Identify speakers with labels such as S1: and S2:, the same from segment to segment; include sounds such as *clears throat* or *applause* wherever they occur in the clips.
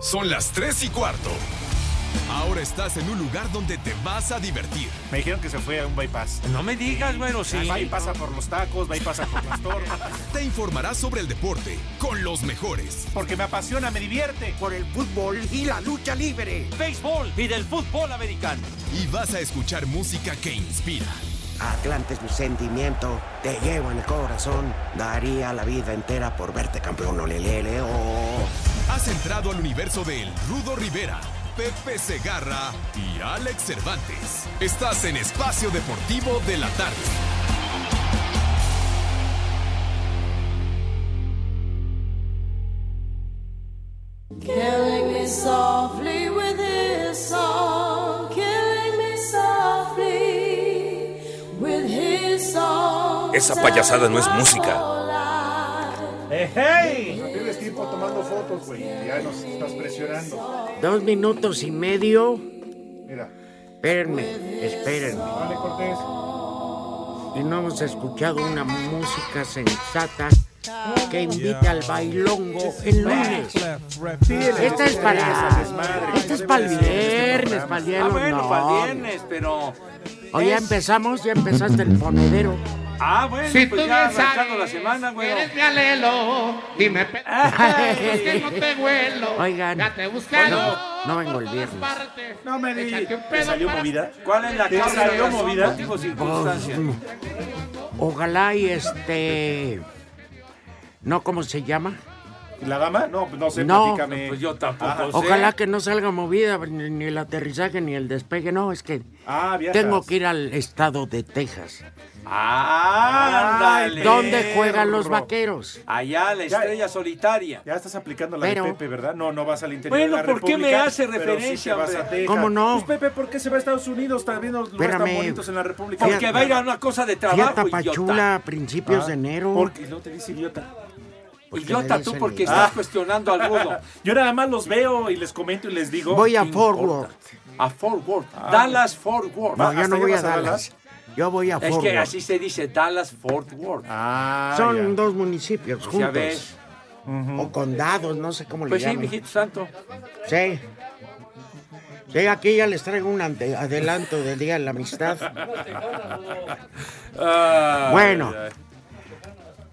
S1: Son las 3 y cuarto. Ahora estás en un lugar donde te vas a divertir.
S2: Me dijeron que se fue a un bypass.
S3: No me digas, bueno, sí.
S2: Va y pasa por los tacos, va y pasa por las tortas.
S1: Te informarás sobre el deporte con los mejores.
S2: Porque me apasiona, me divierte.
S4: por el fútbol y la lucha libre.
S3: Béisbol y del fútbol americano.
S1: Y vas a escuchar música que inspira.
S4: Atlante es mi sentimiento, te llevo en el corazón. Daría la vida entera por verte campeón, olelele, oh.
S1: Has entrado al universo de El Rudo Rivera, Pepe Segarra y Alex Cervantes. Estás en Espacio Deportivo de la Tarde.
S5: Killing me softly with his song. Killing me softly with his song.
S6: Esa payasada no es música.
S2: Tienes tiempo tomando fotos, güey. Ya nos estás presionando.
S7: Dos minutos y medio.
S2: Mira,
S7: Espérenme, espérenme.
S2: vale, Cortés.
S7: Y no hemos escuchado una música sensata que invita al bailongo el lunes. Esta es para. Esta es para el viernes, para el
S3: Ah,
S7: viernes.
S3: bueno,
S7: no.
S3: para el viernes, pero.
S7: O ya empezamos, ya empezaste el ponedero.
S3: Ah, bueno,
S8: Si
S3: pues
S8: tú
S3: ya
S8: bien
S3: arrancando
S8: sabes
S3: la semana, güey.
S8: que eres de alelo, dime pe- que no te huelo.
S7: Ah. Oigan.
S8: ya te he buscado.
S7: No, no vengo el
S8: por
S7: viernes.
S8: todas partes.
S2: No me di-
S8: Échate un
S2: ¿Te
S8: pedo
S2: salió
S8: para-
S2: movida?
S3: ¿Cuál es la
S2: ¿Te
S3: causa
S2: salió
S3: de
S2: movida?
S3: movida? Digo, circunstancia.
S7: Ojalá y este. ¿No cómo se llama?
S2: ¿La dama? No, pues no sé,
S7: No.
S2: platícame.
S3: Pues yo tampoco
S2: Ajá.
S3: sé.
S7: Ojalá que no salga movida, ni ni el aterrizaje ni el despegue. No, es que
S2: Ah, viajas.
S7: tengo que ir al estado de Texas,
S3: Ah, ándale.
S7: donde juegan
S2: Perro.
S7: los vaqueros.
S3: Allá, la estrella solitaria.
S2: Ya estás aplicando la
S7: Pero-
S2: de Pepe, ¿verdad? No, no vas al interior
S3: Bueno,
S2: de la
S3: ¿por qué me
S2: República,
S3: hace
S2: pero sí
S3: referencia,
S2: te vas a
S3: hombre?
S2: Texas.
S7: ¿Cómo no?
S2: Pues Pepe, ¿por qué se va a Estados Unidos? Está viendo los lugares tan
S7: Espérame.
S2: bonitos en la República.
S7: Fíjate.
S3: Porque va a ir a una cosa de
S7: Fui a
S3: trabajo,
S7: Tapachula
S3: idiota. Ah,
S7: a principios de enero.
S2: Ah, Porque no te dice idiota.
S7: porque
S3: Idiota
S7: me
S3: tú
S7: dicen
S3: porque
S7: el- Ah.
S3: estás cuestionando al rudo.
S2: Yo nada más los veo y les comento y les digo.
S7: *laughs* Voy a
S2: "Importa".
S7: Forward.
S3: A Fort Worth. Dallas, Fort Worth.
S7: No,
S2: ¿hasta
S7: yo no
S2: ahí
S7: voy a
S2: vas a
S7: Dallas. Yo voy a
S3: es
S7: Forward.
S3: que así se dice, Dallas, Fort Worth.
S2: Ah,
S7: Son
S2: ya.
S7: dos municipios
S3: ya ves.
S7: juntos. O condados, no sé cómo
S3: Pues sí,
S7: le llaman.
S3: mijito santo.
S7: Sí. Sí, aquí ya les traigo un ante- adelanto del Día de la Amistad. bueno,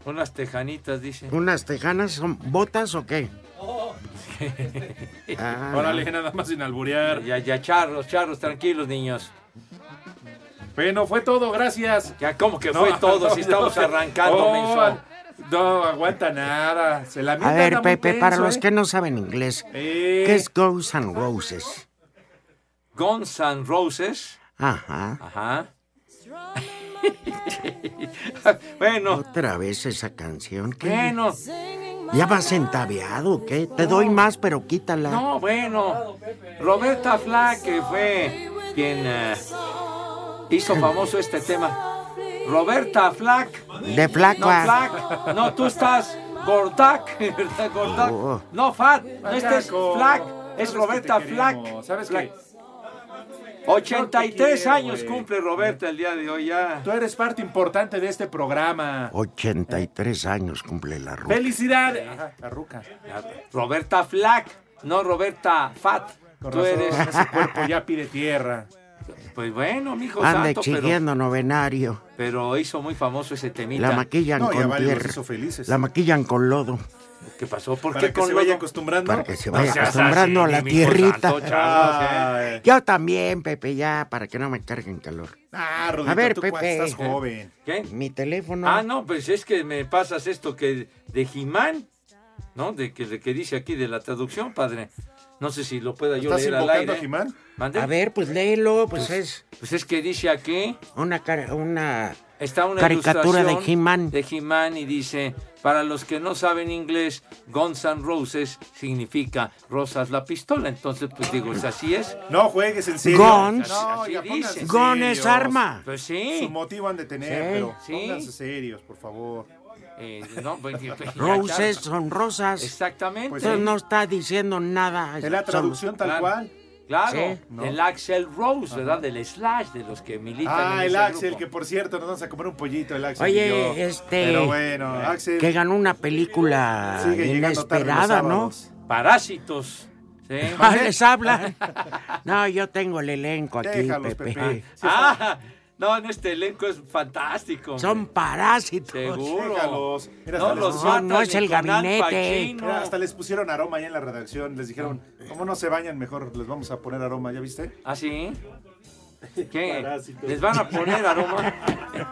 S3: Unas tejanitas, dice.
S7: unas tejanas son botas o qué?
S3: Oh. *laughs*
S7: Ah,
S2: Órale, nada más sin alburear.
S3: Ya, ya, charros, charros, tranquilos, niños.
S2: Bueno, fue todo, gracias.
S3: Ya, como que
S2: No,
S3: fue todo,
S2: no,
S3: si estamos
S2: no,
S3: arrancando,
S2: no,
S3: menso.
S2: No, aguanta nada. Se la
S7: A
S2: mienta,
S7: ver,
S2: anda muy
S7: Pepe, para
S2: tenso,
S7: los
S2: ¿eh?
S7: que no saben inglés,
S2: Eh.
S7: ¿qué es Guns and Roses?
S3: Guns N' Roses.
S7: Ajá.
S2: *laughs*
S3: Ajá. bueno,
S7: Otra vez esa canción. ¿Qué?
S3: bueno.
S7: ¿Ya vas entaviado? ¿Qué? Te doy más, pero quítala.
S3: No, bueno. Roberta Flack, que fue quien eh, hizo famoso este tema. Roberta Flack.
S7: De flaca.
S3: No, Flack. No, tú estás Gordak. *laughs* ¿verdad? Gordak.
S7: Oh.
S3: No, Fat. No, este es
S2: Flacaco.
S3: Flack. Es
S2: Sabes
S3: Roberta
S2: que te
S3: Flack.
S2: queremos, ¿Sabes
S3: Flack.
S2: qué?
S3: 83
S2: quiero,
S3: años
S2: güey.
S3: cumple Roberta el día de hoy ya.
S2: Tú eres parte importante de este programa.
S7: 83 años cumple la ruta.
S2: ¡Felicidades! Ajá, la ruca.
S3: Roberta Flack, no Roberta Fat.
S2: Con
S3: Tú
S2: razón,
S3: eres.
S2: Ese cuerpo ya pide tierra.
S3: Pues bueno, mijo
S7: Anda
S3: santo, pero,
S7: exigiendo novenario.
S3: pero hizo muy famoso ese temita.
S7: La maquillan
S2: No, ya
S7: con
S2: varios
S7: tierra.
S2: hizo felices. ¿eh?
S7: La maquillan con lodo.
S3: ¿Qué pasó? ¿Por
S2: Para
S3: qué
S2: que
S3: con
S2: se vaya
S3: lodo?
S2: acostumbrando.
S7: Para que se vaya
S3: seas
S7: acostumbrando
S3: así,
S7: a la
S3: ni mijo
S7: tierrita.
S3: santo, chavos, ¿eh?
S2: Ay.
S7: Yo también, Pepe, ya, para que no me carguen calor.
S2: Ah, Rudito,
S7: A ver,
S2: tú
S7: Pepe.
S2: estás joven.
S3: ¿Qué?
S7: Mi teléfono.
S3: Ah, no, pues es que me pasas esto que de Jimán, ¿no? De que, de que dice aquí de la traducción, padre. No sé si lo pueda yo
S2: ¿Estás
S3: leer al
S2: invocando
S3: aire.
S2: a Jimán?
S3: ¿Mande?
S7: A ver, pues léelo, pues es
S3: Pues es que dice aquí,
S7: una cara- una
S3: está una
S7: caricatura de
S3: ilustración
S7: He-Man.
S3: de He-Man y dice, para los que no saben inglés, Guns N' Roses significa rosas la pistola. Entonces, pues digo, es así es.
S2: No juegues en serio.
S7: Guns.
S2: No, ya
S3: Así
S2: pónganse
S3: dice.
S7: Gon es
S2: serios.
S7: arma.
S3: Pues
S2: Su
S3: sí.
S2: motivo han de tener,
S7: Sí.
S2: pero
S3: Sí.
S2: pónganse serios, por favor.
S3: Eh, no, pues, ya, claro.
S7: *laughs* Roses son rosas.
S3: Exactamente.
S2: Pues
S7: Entonces no está diciendo nada.
S2: Es la traducción tal
S3: Claro.
S2: cual.
S3: Claro,
S7: Sí.
S2: No.
S3: el Axel Rose, ¿verdad? Del Slash, de los que militan. en
S2: Ah, el
S3: ese
S2: Axel,
S3: grupo.
S2: que por cierto, nos vamos a comer un pollito, el Axel.
S7: Oye,
S2: y yo.
S7: este-
S2: Pero bueno, Axel.
S7: Que ganó una película
S2: Sigue llegando tarde los
S7: inesperada, ¿no?
S2: sábados. ¿Eh?
S3: Parásitos. *laughs* Sí.
S7: *laughs* Ah, ¿Les hablan?
S2: *laughs*
S7: No, yo tengo el elenco aquí,
S2: Déjalos,
S7: Pepe.
S2: Pepe.
S3: Ah, no, en este elenco es fantástico. hombre.
S7: Son parásitos.
S3: Seguro.
S2: Déjalos. Mira,
S3: no
S2: hasta
S3: los
S2: les-
S7: No,
S3: matan
S7: no es
S3: ni
S7: el
S3: con Al
S7: gabinete.
S3: Pacino.
S2: Mira, hasta les pusieron aroma ahí en la redacción. Les dijeron, como no se bañan mejor, les vamos a poner aroma, ¿ya viste? *laughs*
S3: ¿Ah, sí? ¿Qué?
S2: Parásitos.
S3: ¿Les van a poner aroma?
S2: *laughs*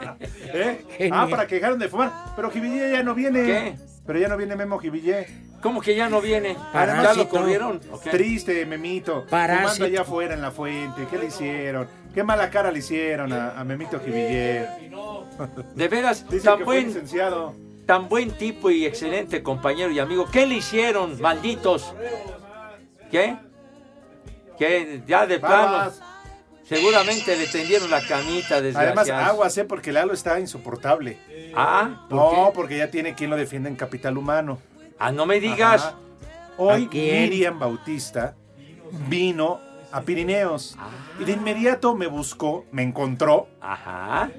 S2: ¿Eh? Ah,
S7: Genial.
S2: para que dejaron de fumar. Pero Jivillé ya no viene.
S3: ¿Qué?
S2: Pero ya no viene Memo Jivillé.
S3: ¿Cómo que ya no viene? ¿Ya
S7: Parásito.
S3: lo corrieron? ¿O qué?
S2: Triste, Memito.
S7: Parásito.
S2: Fumando allá afuera en la fuente. ¿Qué le hicieron? ¿Qué mala cara le hicieron a, a Memito Jivillé?
S3: De veras,
S2: Dicen
S3: tan
S2: que fue
S3: buen,
S2: licenciado.
S3: tan buen tipo y excelente compañero y amigo. ¿Qué le hicieron, malditos? ¿Qué? ¿Qué? Ya de plano.
S2: Aguas.
S3: Seguramente le tendieron la camita, desgraciado.
S2: Además, aguas, ¿eh? Porque Lalo está insoportable.
S3: Ah, ¿por
S2: No,
S3: qué?
S2: porque ya tiene quien lo defiende en Capital Humano.
S3: Ah, no me digas.
S2: Ajá. Hoy
S7: ¿A quién?
S2: Miriam Bautista vino a Pirineos y de
S3: Ah.
S2: inmediato me buscó, me encontró
S3: Ajá.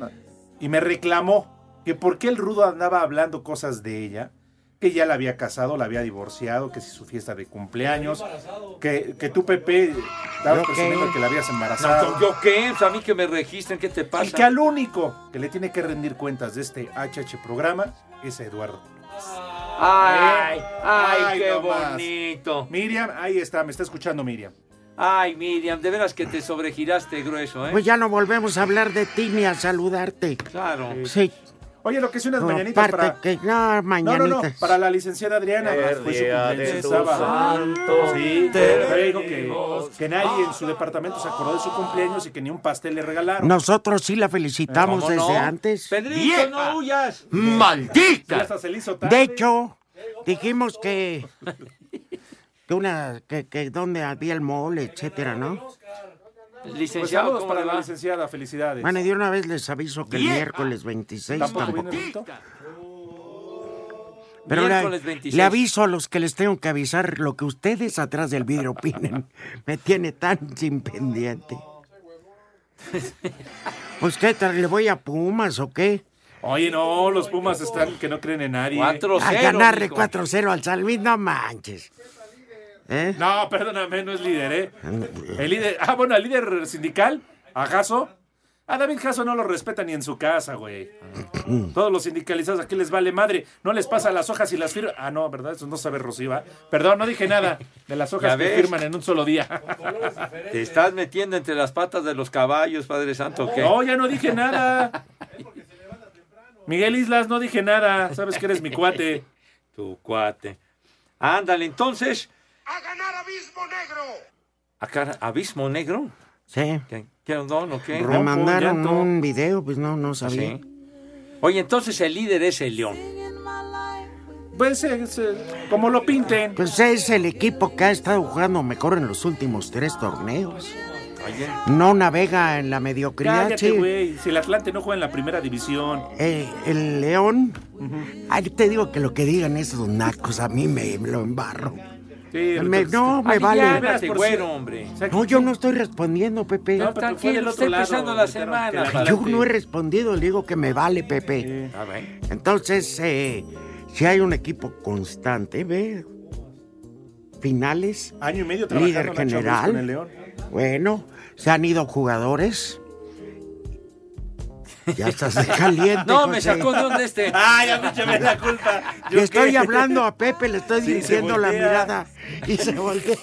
S2: y me reclamó que por qué el rudo andaba hablando cosas de ella, que ya la había casado, la había divorciado, que si su fiesta de cumpleaños, que, que tú Pepe estabas
S7: ¿Yo qué?
S2: presumiendo que la habías embarazado.
S3: No, ¿Yo qué? Pues a mí que me registren, ¿qué te
S2: y que
S3: pasa?
S2: al único que le tiene que rendir cuentas de este HH programa es a Eduardo.
S3: Ay, ay,
S2: Eh. Ay,
S3: qué
S2: no más.
S3: bonito.
S2: Miriam, ahí está, me está escuchando Miriam.
S3: Ay, Miriam, de veras que te sobregiraste grueso, ¿eh?
S7: Pues ya no volvemos a hablar de ti ni a saludarte.
S3: Claro.
S7: Sí.
S2: Oye, lo que sí unas
S7: No,
S2: mañanitas
S7: aparte
S2: para...
S7: que no,
S2: No, no, no,
S7: mañanitas.
S2: para la licenciada Adriana. Ah, Fue su cumpleaños el sábado. Sí, te digo que, que nadie en su departamento se acordó de su cumpleaños y que ni un pastel le regalaron.
S7: Nosotros sí la felicitamos
S3: ¿Cómo
S7: desde
S3: no?
S7: antes.
S3: Pedrito,
S7: Vieja.
S3: no huyas.
S2: Ya
S7: ¡Maldita!
S2: hasta se le hizo tarde.
S7: De hecho, dijimos que. Que una. Que, que donde había el mole, etcétera, ¿no?
S2: Pues
S3: Licenciado,
S2: saludos
S3: ¿cómo
S2: para
S3: le
S2: la
S3: va?
S2: licenciada, felicidades.
S7: Bueno, y de una vez les aviso que el miércoles 26
S2: ¿Tampoco
S7: tampoco.
S2: viene el grito?
S7: Pero le,
S3: Miércoles 26.
S7: le aviso a los que les tengo que avisar lo que ustedes atrás del
S3: *laughs*
S7: vidrio opinen. Me tiene tan sin pendiente. Pues qué tal, le voy a Pumas o qué?
S2: Oye, no, los Pumas están que no creen en nadie.
S3: Cuatro
S7: A
S3: cero,
S7: ganarle
S3: mijo.
S7: 4-0 al San Luis, no manches. ¿Eh?
S2: No, perdóname, no es líder, ¿eh? El líder, ah, bueno, el líder sindical, a Jaso. A David Jaso no lo respeta ni en su casa, güey. Todos los sindicalizados aquí les vale madre. No les pasa las hojas y las firman. Ah, no, ¿verdad? Eso no sabe Rosiva. Perdón, no dije nada de las
S3: Ya
S2: hojas que
S3: ves.
S2: firman en un solo día.
S3: Te estás metiendo entre las patas de los caballos, Padre Santo, ¿qué?
S2: No, ya no dije nada. Miguel Islas, no dije nada. Sabes que eres mi cuate.
S3: Tu cuate. Ándale, entonces. ¡A ganar Abismo Negro!
S7: Sí.
S3: ¿A ¿Qué, qué ondón o qué?
S7: Me
S2: Rompo,
S7: mandaron
S2: llanto.
S7: un video, pues no, no sabía.
S3: Sí. Oye, entonces el líder es el león.
S2: Pues, eh, se- como lo pinten.
S7: Pues es el equipo que ha estado jugando mejor en los últimos tres torneos.
S3: Oye,
S7: No navega en la mediocridad.
S2: Cállate,
S7: sí.
S2: güey. Si el Atlante no juega en la primera división.
S7: Eh, el león. Ay, te digo que lo que digan esos nacos a mí me lo embarro.
S2: Sí,
S7: Me- no, me
S3: Ay, ya,
S7: vale.
S2: veras,
S3: espérate,
S2: por
S3: güey,
S2: cierto.
S3: hombre.
S2: O sea,
S7: No, yo no estoy respondiendo, Pepe.
S2: No, pero fue del otro
S3: Tranquilo, está
S2: lado,
S3: empezando la
S2: dijeron
S3: semana,
S2: que la-
S3: padre.
S7: Yo no he respondido, le digo que me vale,
S2: Sí.
S7: Pepe.
S3: A ver.
S7: Entonces, eh, si hay un equipo constante, ve, finales,
S2: Año y medio trabajando
S7: líder
S2: Nacho Ambriz con el
S7: general.
S2: León.
S7: Bueno, se han ido jugadores. Ya estás caliente.
S3: *laughs* No, me
S7: José.
S3: sacó de onda este.
S7: Ah.
S2: Ay, a mí se me la culpa.
S7: Le estoy hablando a Pepe, le estoy
S2: Sí, se
S7: diciendo la
S2: voltea.
S7: mirada
S3: *laughs*
S7: y se voltea.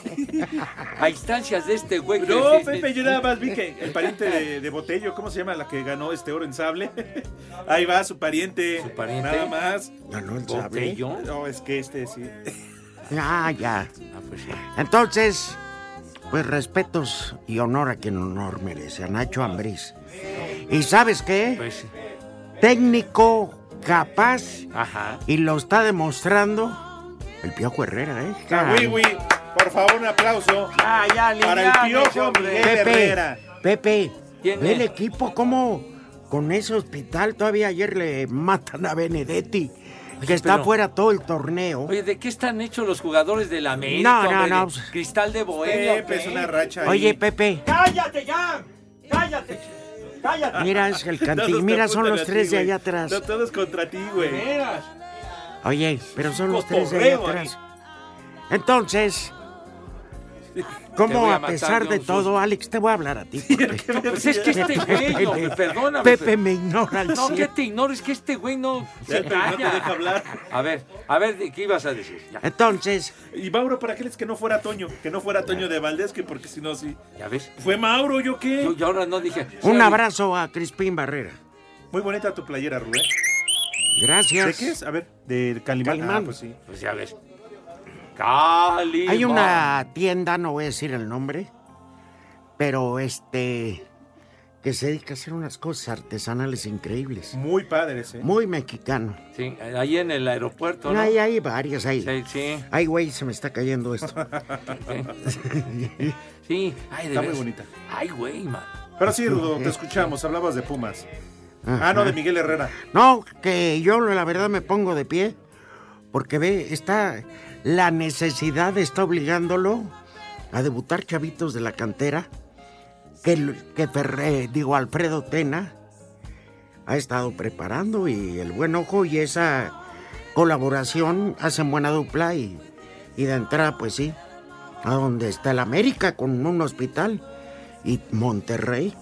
S3: A instancias de este
S7: *laughs*
S3: güey. que-
S2: No, Pepe, yo nada más vi que el pariente de, de Botello, ¿cómo se llama la que ganó este oro en sable? *laughs* Ahí va su pariente.
S3: ¿Su pariente?
S2: Nada más.
S7: Ganó el sable.
S3: ¿Botello?
S2: No, es que este sí.
S7: Ah, ya.
S3: Ah, pues sí.
S7: Entonces, pues respetos y honor a quien honor merece, a Nacho Ambriz. ¿Y sabes qué?
S3: Pues sí.
S7: Técnico capaz
S3: Ajá.
S7: y lo está demostrando el Piojo Herrera, ¿eh?
S2: Wiwi, por favor, un aplauso
S3: Ah, ya,
S2: para el
S3: lineales,
S2: piojo
S3: hombre.
S2: Miguel
S7: Pepe,
S2: Herrera.
S7: Pepe,
S3: ¿Quién
S7: ve el
S3: es?
S7: equipo cómo con ese hospital todavía ayer le matan a Benedetti, que está
S3: pero-
S7: fuera todo el torneo.
S3: Oye, ¿de qué están hechos los jugadores de la América?
S7: No, no,
S3: hombre?
S7: no,
S3: ¿De
S7: pues-
S3: Cristal de Bohemia.
S2: Pepe
S3: ¿o
S2: es
S3: qué?
S2: una racha ahí.
S7: Oye, Pepe,
S3: ¡Cállate ya! ¡Cállate! ¡Cállate!
S7: mira
S3: *laughs*
S7: es el
S2: Todos
S7: cantín,
S2: te
S7: mira son
S2: apuntan
S7: los
S2: a ti,
S7: tres de
S2: güey.
S7: allá atrás.
S2: No, todos contra ti, güey.
S3: Veras.
S7: Oye, pero son los tres de allá
S3: Cotorreo,
S7: atrás. Entonces,
S3: Te voy
S7: Como
S3: a
S7: a
S3: matar
S7: pesar
S3: de
S7: de
S3: un
S7: todo, Alex, te voy a hablar
S3: *laughs*
S7: a ti. porque
S3: Pues es que este güey,
S7: Pepe me-
S3: no, perdóname.
S7: Pepe me ignora al
S3: No, que
S7: cien.
S3: te ignores, que este güey no se calla. A ver, a ver, ¿qué ibas a decir? Ya,
S7: Entonces,
S2: Y Mauro, para aquellos que no fuera Toño, que no fuera Toño de Valdés, que porque si no, sí.
S3: ya ves.
S2: Fue Mauro, ¿yo qué?
S3: Yo, yo ahora no dije.
S7: un
S3: Sorry.
S7: abrazo a Crispín Barrera.
S2: Muy bonita tu playera, Rubén.
S7: Gracias.
S2: ¿De qué es? A ver, de Calimán.
S7: Calimán.
S2: Ah, pues sí.
S3: Pues ya ves. Cali.
S7: Hay una tienda, no voy a decir el nombre, pero este que se dedica a hacer unas cosas artesanales increíbles.
S2: Muy padres, ¿eh?
S7: Muy mexicano.
S3: Sí, ahí en el aeropuerto, ¿no?
S7: Hay, hay varias ahí.
S3: Sí, sí,
S7: Ay, güey, se me está cayendo esto. *laughs*
S3: sí. Ay, de
S2: Está muy
S3: veras.
S2: bonita.
S3: Ay, güey, man.
S2: Pero sí, Rudo, te escuchamos, hablabas de Pumas.
S7: Ajá.
S2: Ah, no, de Miguel Herrera.
S7: No, que yo la verdad me pongo de pie, porque ve, está la necesidad está obligándolo a debutar chavitos de la cantera, que, el- que Ferre- digo Alfredo Tena ha estado preparando y el buen ojo y esa colaboración hacen buena dupla y, y de entrada pues sí, a donde está el América con un hospital y Monterrey.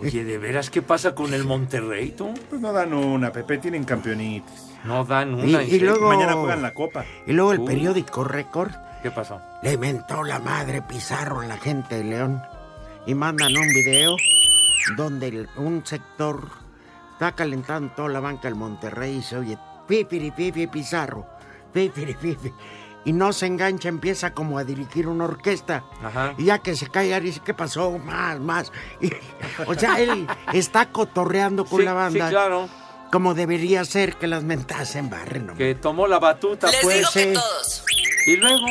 S3: Oye, ¿de veras qué pasa con el Monterrey, tú?
S2: Pues no dan una, Pepe, tienen campeonitis.
S3: No dan
S7: Y-
S3: una. en
S7: y
S3: serio.
S7: luego-
S2: Mañana juegan la copa.
S7: Y luego el
S3: Uh.
S7: periódico Récord
S3: ¿Qué pasó?
S7: Le mentó la madre Pizarro a la gente de León y mandan un video donde el- un sector está calentando toda la banca del Monterrey y se oye pipiri pipi Pizarro, pipiri pipi. Y no se engancha, empieza como a dirigir una orquesta.
S3: Ajá.
S7: Y ya que se calla, dice, ¿qué pasó? Más, más. Y- o sea, él está cotorreando con
S3: Sí,
S7: la banda.
S3: Sí, claro.
S7: Como debería ser que las mentas en barren.
S3: Que
S7: hombre.
S3: tomó la batuta,
S9: Les
S3: pues.
S9: digo que
S7: sí.
S10: eh.
S9: todos.
S3: Y luego.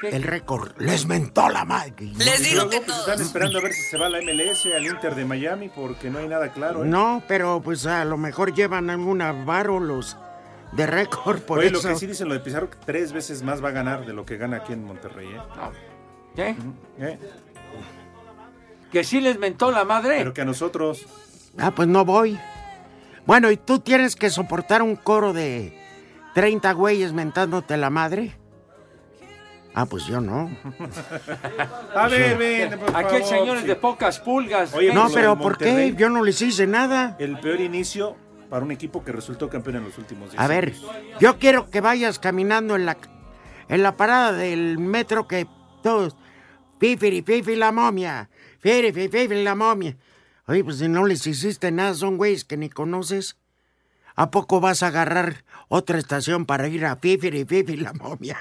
S3: ¿qué?
S7: El récord les mentó la madre.
S9: Les digo
S2: Luego,
S9: que
S2: pues están
S9: todos.
S2: esperando a ver si se va a la MLS, al Inter de Miami, porque no hay nada claro. ¿eh?
S7: No, pero pues a lo mejor llevan alguna varo los de récord por
S2: Oye,
S7: eso.
S2: lo que sí dicen lo de Pizarro, que tres veces más va a ganar de lo que gana aquí en Monterrey, ¿eh?
S3: No. ¿Qué?
S2: ¿Eh?
S3: Que sí les mentó la madre.
S2: Pero que a nosotros...
S7: Ah, pues no voy. Bueno, ¿y tú tienes que soportar un coro de 30 güeyes mentándote la madre? Ah, pues yo no.
S2: A ver, ven, por
S3: Aquí el
S2: favor,
S3: señor es
S2: sí.
S3: de pocas pulgas.
S2: Oye,
S7: No,
S2: Lo
S7: pero
S2: del
S7: ¿por qué?
S2: Monterrey.
S7: Yo no les hice nada.
S2: El peor inicio para un equipo que resultó campeón en los últimos días.
S7: A ver, yo quiero que vayas caminando en la, en la parada del metro que todos... Pifiri, pifi, la momia. Pifiri, pifi, la momia. Oye, pues si no les hiciste nada, son güeyes que ni conoces. ¿A poco vas a agarrar otra estación para ir a Pifiri, pifi, la momia?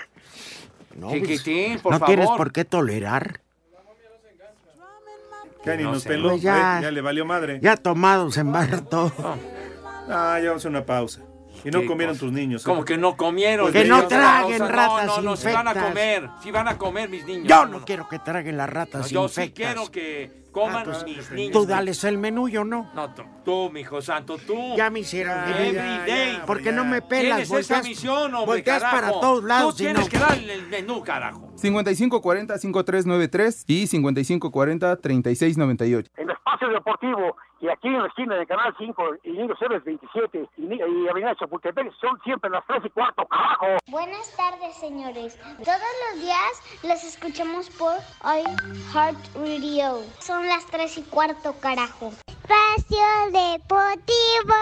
S7: No, pues,
S3: Chiquitín, por
S7: no
S3: favor.
S7: tienes por qué tolerar.
S2: Ya ni
S3: No
S2: nos
S3: sé.
S2: peló,
S7: Pues ya.
S2: ¿eh? ya le valió madre.
S7: Ya tomados en barra todo.
S2: Ah, ya vamos a una pausa. Y no
S3: Qué
S2: comieron
S3: cosa.
S2: tus niños. ¿eh?
S3: Como que no comieron.
S7: Que no
S3: niños?
S7: traguen ratas
S3: No, no, no, sí van a
S7: infectas.
S3: comer. Sí van a comer mis niños.
S7: Yo no
S3: Vámonos.
S7: quiero que traguen las ratas
S3: Yo sí
S7: infectas.
S3: quiero que coman
S7: Ah, pues,
S3: mis niños.
S7: Tú dales el menú, yo no.
S3: No, tú, tú, mijo santo, tú.
S7: Ya me hicieron
S3: Every
S7: feliz.
S3: day.
S2: ya,
S7: Porque no me pelas,
S3: Ah, Tienes esa
S7: volteas,
S3: misión, hombre,
S7: volteas
S3: carajo.
S7: para todos lados.
S3: Tú
S7: y
S3: tienes
S7: no.
S3: que darle el menú, carajo.
S11: 5540-5393 y 5540-3698.
S12: en el espacio deportivo y aquí en la esquina de Canal 5 y Niño Ceres 27 y, Ni- y Avenida Chapultepec son siempre las 3 y cuarto, carajo.
S5: Buenas tardes, señores. Todos los días los escuchamos por Heart Radio. Son las 3 y cuarto, carajo. Espacio Deportivo.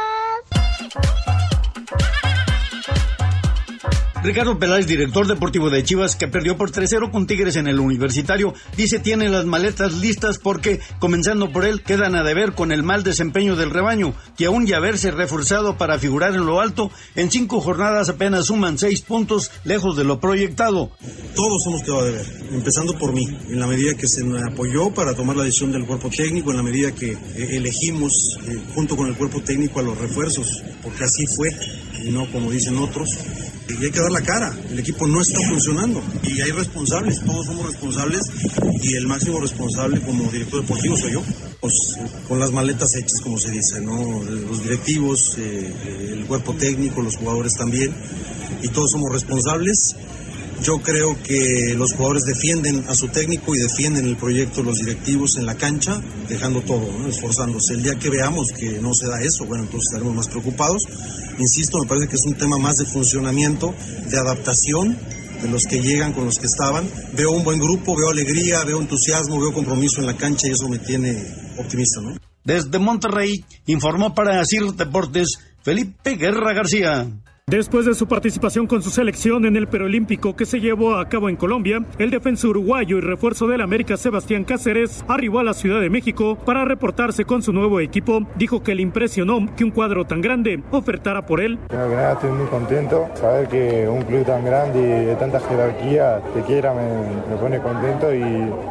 S11: Ricardo Peláez, director deportivo de Chivas, que perdió por 3-0 con Tigres en el Universitario, dice tiene las maletas listas porque, comenzando por él, quedan a deber con el mal desempeño del rebaño, que aún y haberse reforzado para figurar en lo alto, en cinco jornadas apenas suman seis puntos, lejos de lo proyectado.
S12: Todos hemos quedado de ver, empezando por mí, en la medida que se me apoyó para tomar la decisión del cuerpo técnico, en la medida que eh, elegimos eh, junto con el cuerpo técnico a los refuerzos, porque así fue, y no como dicen otros. Y hay que dar la cara, el equipo no está funcionando y hay responsables, todos somos responsables y el máximo responsable como director deportivo soy yo. Pues, eh, con las maletas hechas, como se dice, ¿no? Los directivos, eh, eh, el cuerpo técnico, los jugadores también, y todos somos responsables. Yo creo que los jugadores defienden a su técnico y defienden el proyecto de los directivos en la cancha, dejando todo, ¿no? esforzándose. El día que veamos que no se da eso, bueno, entonces estaremos eh, más preocupados. Insisto, me parece que es un tema más de funcionamiento, de adaptación de los que llegan con los que estaban. Veo un buen grupo, veo alegría, veo entusiasmo, veo compromiso en la cancha y eso me tiene optimista, ¿no?
S11: Desde Monterrey informó para Asir Deportes Felipe Guerra García.
S9: Después de su participación con su selección en el Perolímpico que se llevó a cabo en Colombia, el defensa uruguayo y refuerzo del América Sebastián Cáceres arribó a la Ciudad de México para reportarse con su nuevo equipo. Dijo que le impresionó que un cuadro tan grande ofertara por él.
S13: Primero que nada estoy muy contento. Saber que un club tan grande y de tanta jerarquía te quiera me, me pone contento y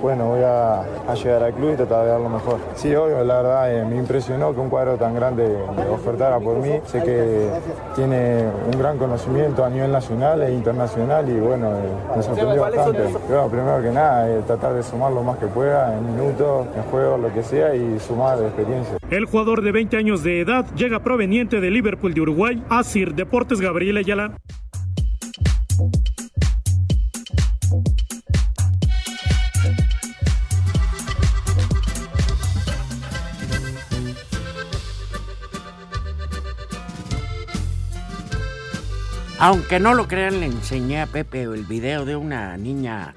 S13: bueno, voy a, a llegar al club y tratar de dar lo mejor. Sí, obvio, la verdad eh, me impresionó que un cuadro tan grande ofertara por mí. Sé que tiene un gran conocimiento a nivel nacional e internacional y bueno, eh, me sorprendió bastante. Bueno, primero que nada, eh, tratar de sumar lo más que pueda en minutos, en juegos, lo que sea y sumar experiencia.
S9: El jugador de 20 años de edad llega proveniente de Liverpool de Uruguay, Asir Deportes Gabriel Ayala.
S7: Aunque no lo crean, le enseñé a Pepe el video de una niña,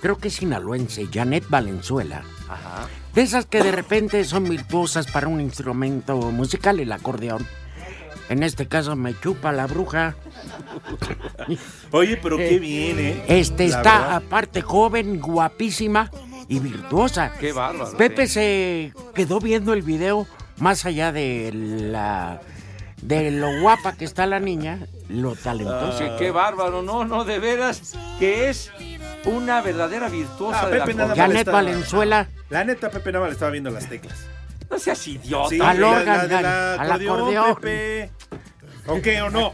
S7: creo que sinaloense, Janet Valenzuela.
S3: Ajá.
S7: De esas que de repente son virtuosas para un instrumento musical, el acordeón. En este caso me chupa la bruja.
S2: Oye, pero qué bien, ¿eh?
S7: *laughs* Este
S2: La
S7: está
S2: verdad.
S7: aparte joven, guapísima y virtuosa.
S3: Qué bárbaro.
S7: Pepe se quedó viendo el video más allá de la de lo guapa que está la niña, lo talentosa.
S3: Entonces, qué bárbaro. No, no, de veras que es una verdadera virtuosa
S2: Ah,
S3: de la
S2: Pepe nada más
S3: cor-
S2: le estaba-
S7: Valenzuela.
S2: La neta, Pepe nada más le estaba viendo las teclas.
S3: No seas idiota.
S2: Sí,
S7: al
S2: la- la-
S7: órgano,
S2: la-
S7: al-
S2: la
S7: al
S2: acordeón,
S7: acordeón.
S2: Pepe. ¿O qué o no?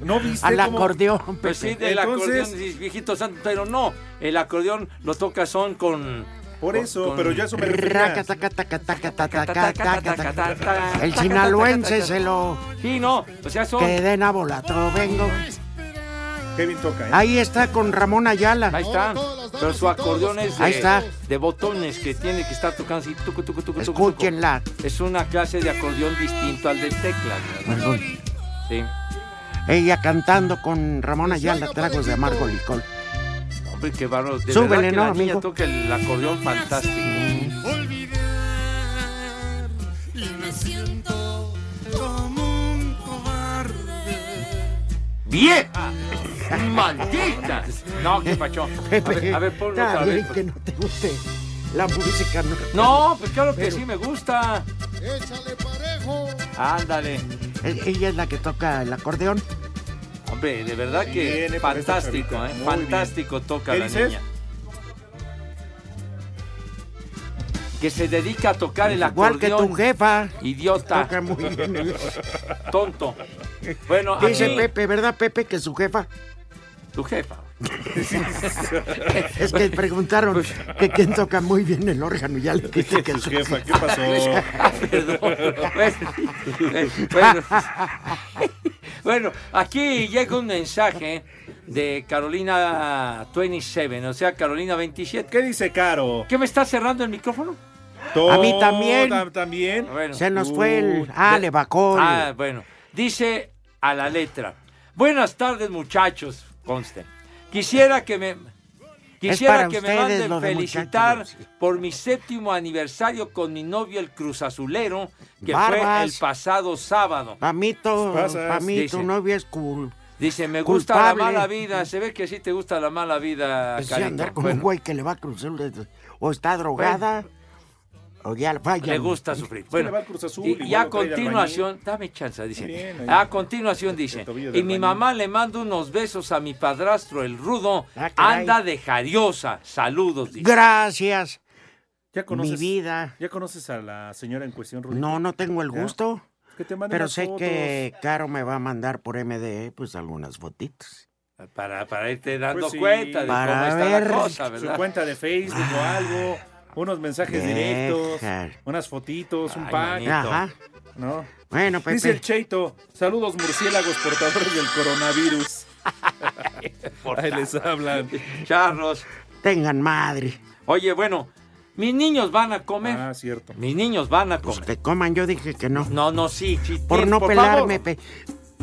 S2: ¿No viste
S7: Al
S2: cómo-
S7: acordeón,
S3: ¿eh? Pues sí,
S7: Pepe.
S3: del
S2: Entonces-
S3: acordeón, dices, viejito santo, pero no, el acordeón lo toca son con...
S2: Por eso, pero yo a eso me refería.
S7: Raca, taca, taca, taca, taca, taca, taca, taca.
S3: El
S7: El sinaloense se lo
S3: Sí, no, o sea, son...
S7: que den a volato, vengo.
S2: Kevin toca, ¿eh?
S7: Ahí está con Ramón Ayala.
S3: Ahí está. Pero su acordeón es de,
S7: Ahí está.
S3: de botones que tiene que estar tocando así. tucu, tucu, tucu, tucu, tucu.
S7: Escúchenla.
S3: Es una clase de acordeón distinto al de teclas. ¿no?
S7: Perdón.
S3: Sí.
S7: Ella cantando con Ramón Ayala, tragos de amargo licor.
S3: Hombre, qué bárbaro. De
S7: Súbele,
S3: verdad que
S7: ¿no,
S3: la niña
S7: amigo?
S3: toca el acordeón fantástico. ¡Vieja! ¡Maldita! No, qué pachón. A ver, a ver ponlo
S7: *laughs* Está
S3: otra
S7: bien
S3: vez. pues.
S7: que no te guste la música. No.
S3: No, pues claro que
S7: Pero-
S3: sí me gusta. Ándale.
S7: E- Ella es la que toca el acordeón.
S3: Hombre, de verdad que
S2: Bien, eh, por esta
S3: fantástico,
S2: chavita.
S3: ¿eh?
S2: Muy
S3: Fantástico toca
S2: ¿Qué
S3: la
S2: dices?
S3: niña. Que se dedica a tocar el
S7: Igual que tu
S3: acordeón.
S7: jefa.
S3: Idiota,
S7: Toca muy bien. el- *laughs*
S3: tonto. Bueno,
S7: Dice
S3: aquí,
S7: Pepe, ¿verdad, Pepe? Que su jefa.
S3: tu jefa.
S7: Es que preguntaron que quién toca muy bien el órgano. Ya le dijiste que su jefa.
S2: Jefa, ¿qué
S7: *laughs*
S2: pasó?
S3: Ah, *laughs* perdón. Bueno, *laughs* bueno, aquí llega un mensaje de Carolina 27, o sea, Carolina 27.
S2: ¿Qué dice Caro?
S3: ¿Qué me está cerrando el micrófono?
S7: A mí también.
S2: Toda- También.
S3: Bueno. uh,
S7: Se nos fue el. Ah, le bajó. el-
S3: Ah, bueno. Dice a la letra. Buenas tardes, muchachos. Conste. Quisiera que me quisiera
S7: para
S3: que me
S7: ustedes
S3: manden
S7: lo de
S3: felicitar
S7: muchachos.
S3: por mi séptimo aniversario con mi novio el Cruz Azulero, que fue
S7: Barbas.
S3: el pasado sábado.
S7: Pamito,
S2: Pasas.
S7: Pamito,
S3: Dice.
S7: novio es cool.
S3: Dice, me gusta la
S7: Culpable.
S3: mala vida. Se ve que sí te gusta la mala vida,
S7: Pues sí,
S3: carito.
S7: andar con
S3: Bueno,
S7: un güey que le va a cruzar. el- O está drogada. O ya vaya.
S3: le gusta sufrir.
S2: le
S3: Bueno,
S2: va al Cruz Azul,
S3: y,
S2: y
S3: y
S2: luego trae
S3: a
S2: el albañil.
S3: continuación, dame chance, dice.
S2: bien, ahí.
S3: a continuación dice,
S2: El tobillo de
S3: y mi
S2: albañil.
S3: mamá le manda unos besos a mi padrastro, el rudo,
S7: Ah, caray.
S3: anda de jariosa. Saludos, dice.
S7: Gracias.
S2: ¿Ya conoces,
S7: Mi vida.
S2: ¿Ya conoces a la señora en cuestión, Rudy?
S7: No, no tengo el
S2: Ya.
S7: gusto.
S2: Que te mande
S7: Pero
S2: unas
S7: sé
S2: fotos.
S7: que Caro me va a mandar por MDE pues algunas fotitas.
S3: Para, para irte dando
S2: Pues sí.
S3: cuenta de
S7: Para
S3: cómo está
S7: ver
S3: la cosa,
S2: Su
S3: ¿verdad? Ah.
S2: cuenta de Facebook o algo. Unos mensajes directos.
S7: Deja.
S2: Unas fotitos, un
S3: Ay,
S2: pack.
S3: manito.
S7: Ajá.
S2: ¿No?
S7: Bueno, Pepe.
S2: Dice el Cheito, saludos murciélagos portadores del coronavirus. Ahí les hablan.
S3: Charros.
S7: Tengan madre.
S3: Oye, bueno, mis niños van a comer.
S2: Ah, cierto.
S3: Mis niños van a
S7: Pues
S3: comer.
S7: que coman, yo dije que no.
S3: No, no, sí, sí.
S7: por
S3: tienes,
S7: no
S3: por favor.
S7: pelarme, Pues Pe-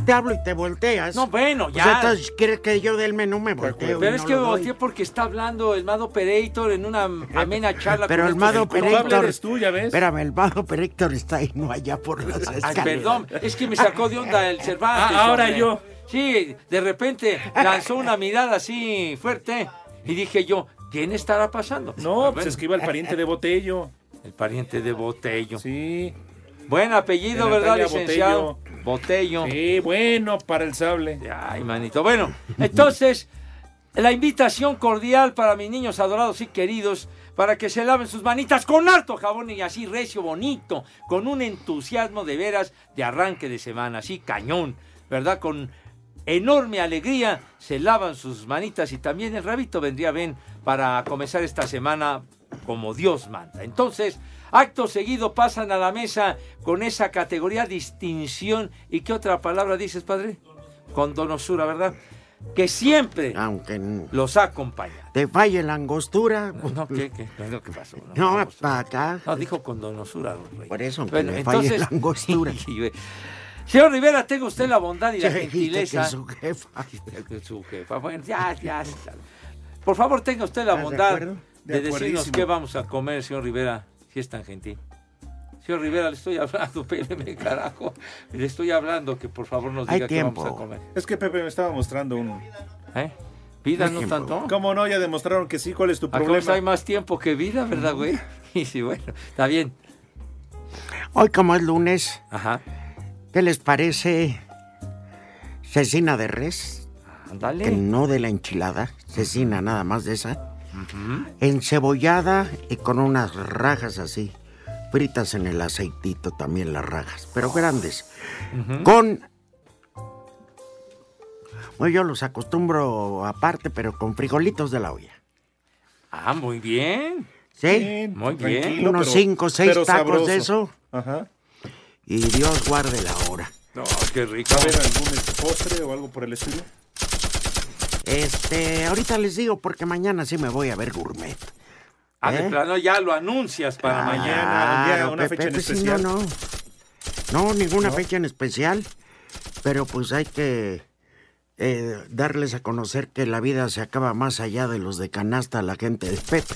S7: te hablo y te volteas.
S3: No, bueno,
S7: O
S3: ya.
S7: sea, entonces quieres que yo del menú me volteo.
S3: Pero
S7: y
S3: es
S7: no
S3: que
S7: lo doy.
S3: volteé porque está hablando el Mad Operator en una amena charla
S7: Pero
S3: con este
S7: el
S3: estos
S7: Mado
S3: incontrolables.
S7: Perector. Espérame, el Mado Perector está ahí, no allá
S3: *laughs*
S7: por las
S3: Ay,
S7: escaleras.
S3: Ah, perdón, es que me sacó de onda el Cervantes.
S7: Ah, ahora
S3: hombre.
S7: yo.
S3: Sí, de repente lanzó una mirada así fuerte y dije yo, ¿quién estará pasando? No,
S2: pues es que iba el pariente de
S3: Botello. El pariente de Botello. Sí. Buen apellido,
S2: De
S3: ¿verdad,
S2: Natalia
S3: licenciado? Botello. Sí, bueno, para el sable. Ay, manito. Bueno, entonces, la invitación cordial para mis niños adorados y queridos para que se laven sus manitas con harto jabón y así recio, bonito, con un entusiasmo de veras de arranque de semana, así cañón, ¿verdad? Con enorme alegría se lavan sus manitas y también el rabito vendría bien para comenzar esta semana como Dios manda. Entonces, acto seguido pasan a la mesa con esa categoría distinción y qué otra palabra dices, padre? Con donosura, ¿verdad? Que siempre los acompaña.
S7: Te falla la angostura.
S3: No, ¿qué, qué, qué es lo que pasó?
S7: No, para acá.
S3: No, dijo con donosura, don Rey.
S7: Por eso, aunque
S3: Bueno,
S7: le falle
S3: entonces-
S7: la
S3: *laughs*
S7: angostura.
S3: Señor Rivera, tenga usted la bondad y la
S7: Ya dijiste
S3: gentileza.
S7: que su jefa.
S3: Su jefa. Bueno, ya, ya. Por favor, tenga usted la
S7: ¿Estás de
S3: bondad
S7: acuerdo?
S3: de,
S7: De
S3: decirnos
S7: acuerdísimo.
S3: qué vamos a comer, señor Rivera, si es tan gentil. Señor Rivera, le estoy hablando, *laughs* espéreme, carajo. Le estoy hablando que por favor nos diga qué vamos a comer.
S14: Es que Pepe me estaba mostrando uno.
S3: ¿Eh? ¿Vida no tanto?
S14: ¿Cómo no? Ya demostraron que sí. ¿Cuál es tu
S3: Acá
S14: problema?
S3: hay más tiempo que vida,
S14: *laughs*
S3: ¿verdad, güey? Y sí, bueno, está bien.
S7: Hoy como es lunes,
S3: Ajá.
S7: ¿qué les parece cecina de res?
S3: Ándale.
S7: Que no de la enchilada, cecina nada más de esa. Encebollada y con unas rajas así, fritas en el aceitito también las rajas, pero grandes. Con... Bueno, yo los acostumbro aparte, pero con frijolitos de la olla.
S3: Ah, muy bien.
S7: ¿Sí?
S3: Muy bien.
S7: Unos cinco, seis
S3: pero
S7: tacos
S3: sabroso.
S7: de eso. Y Dios guarde la hora.
S3: No, qué rico.
S14: ¿Va a haber algún este, postre o algo por el estilo?
S7: Este, ahorita les digo porque mañana sí me voy a ver gourmet.
S3: Ah, de
S7: ¿Eh?
S3: plano ya lo anuncias
S14: Ah,
S3: para mañana.
S7: Claro, Pepe, pues sí, No, no. No, ninguna
S3: ¿No?
S7: fecha en especial. Pero pues hay que eh, darles a conocer que la vida se acaba más allá de los de canasta a la gente de Pepe.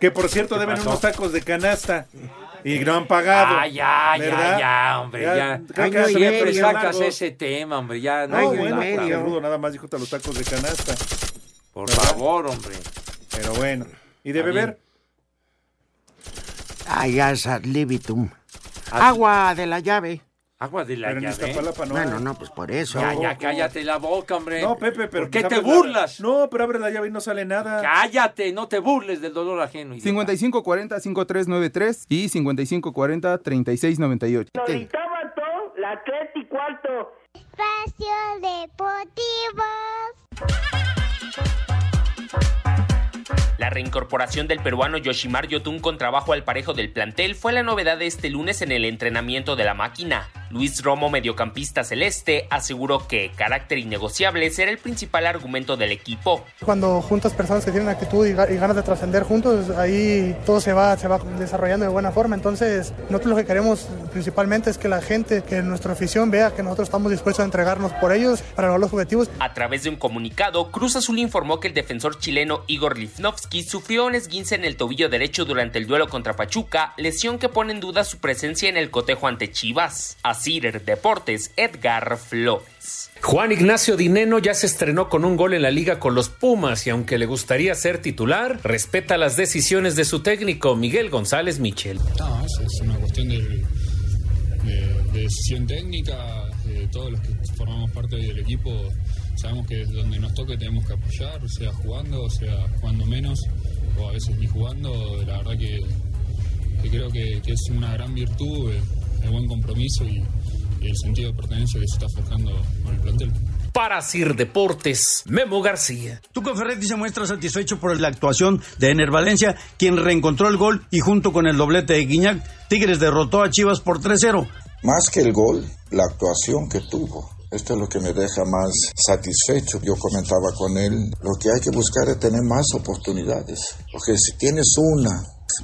S14: Que por cierto deben unos tacos de canasta. Y no han pagado.
S3: Ah, ya,
S14: ¿verdad?
S3: ya, ya, hombre, ya.
S14: creo que
S3: Año y
S14: siempre
S3: medio.
S14: están
S3: sacas
S14: largos.
S3: ese tema, hombre, ya.
S14: No,
S3: Año y
S14: bueno,
S3: medio.
S14: porque Rudo nada más dijo "Te los tacos de canasta.
S3: Por
S14: ¿Verdad?
S3: favor, hombre.
S14: Pero bueno. ¿Y de
S3: Está
S14: beber?
S7: Ay, esa libitum.
S3: Ah,
S7: Agua de la llave.
S3: Agua de la
S14: Pero en
S3: llave.
S14: Iztapalapa no
S7: Bueno,
S14: hay.
S7: no, pues por eso.
S3: Ya, ya, cállate la boca, hombre.
S14: No, Pepe, pero.
S3: ¿Por qué
S14: pues,
S3: te
S14: abre la-
S3: burlas?
S14: No, pero abre la llave y no sale nada.
S3: Cállate, no te burles del dolor ajeno. idiota.
S15: 5540-5393 y 5540-3698.
S5: Lolita mató la tres y cuarto. Espacio Deportivo.
S10: La reincorporación del peruano Yoshimar Yotun con trabajo al parejo del plantel fue la novedad de este lunes en el entrenamiento de la máquina. Luis Romo, mediocampista celeste, aseguró que carácter innegociable será el principal argumento del equipo.
S16: Cuando juntas personas que tienen actitud y, ga- y ganas de trascender juntos, ahí todo se va, se va desarrollando de buena forma. Entonces, nosotros lo que queremos principalmente es que la gente, que nuestra afición vea que nosotros estamos dispuestos a entregarnos por ellos para lograr los objetivos.
S10: A través de un comunicado, Cruz Azul informó que el defensor chileno Igor Lifnovsky sufrió un esguince en el tobillo derecho durante el duelo contra Pachuca, lesión que pone en duda su presencia en el cotejo ante Chivas. Asir Deportes, Edgar Flores.
S17: Juan Ignacio Dineno ya se estrenó con un gol en la liga con los Pumas y aunque le gustaría ser titular, respeta las decisiones de su técnico Miguel González Michel.
S18: No, es, es una cuestión de, de- de decisión técnica. eh, todos los que formamos parte del equipo sabemos que donde nos toque tenemos que apoyar, sea jugando, sea jugando menos, o a veces ni jugando. La verdad que, que creo que, que es una gran virtud, eh, el buen compromiso y, y el sentido de pertenencia que se está forjando con el plantel.
S17: Para Sir Deportes, Memo García.
S11: Tuco Ferretti se muestra satisfecho por la actuación de Ener Valencia, quien reencontró el gol y junto con el doblete de Guiñac, Tigres derrotó a Chivas por 3-0.
S19: Más que el gol, la actuación que tuvo. Esto es lo que me deja más satisfecho. Yo comentaba con él, lo que hay que buscar es tener más oportunidades. Porque si tienes una,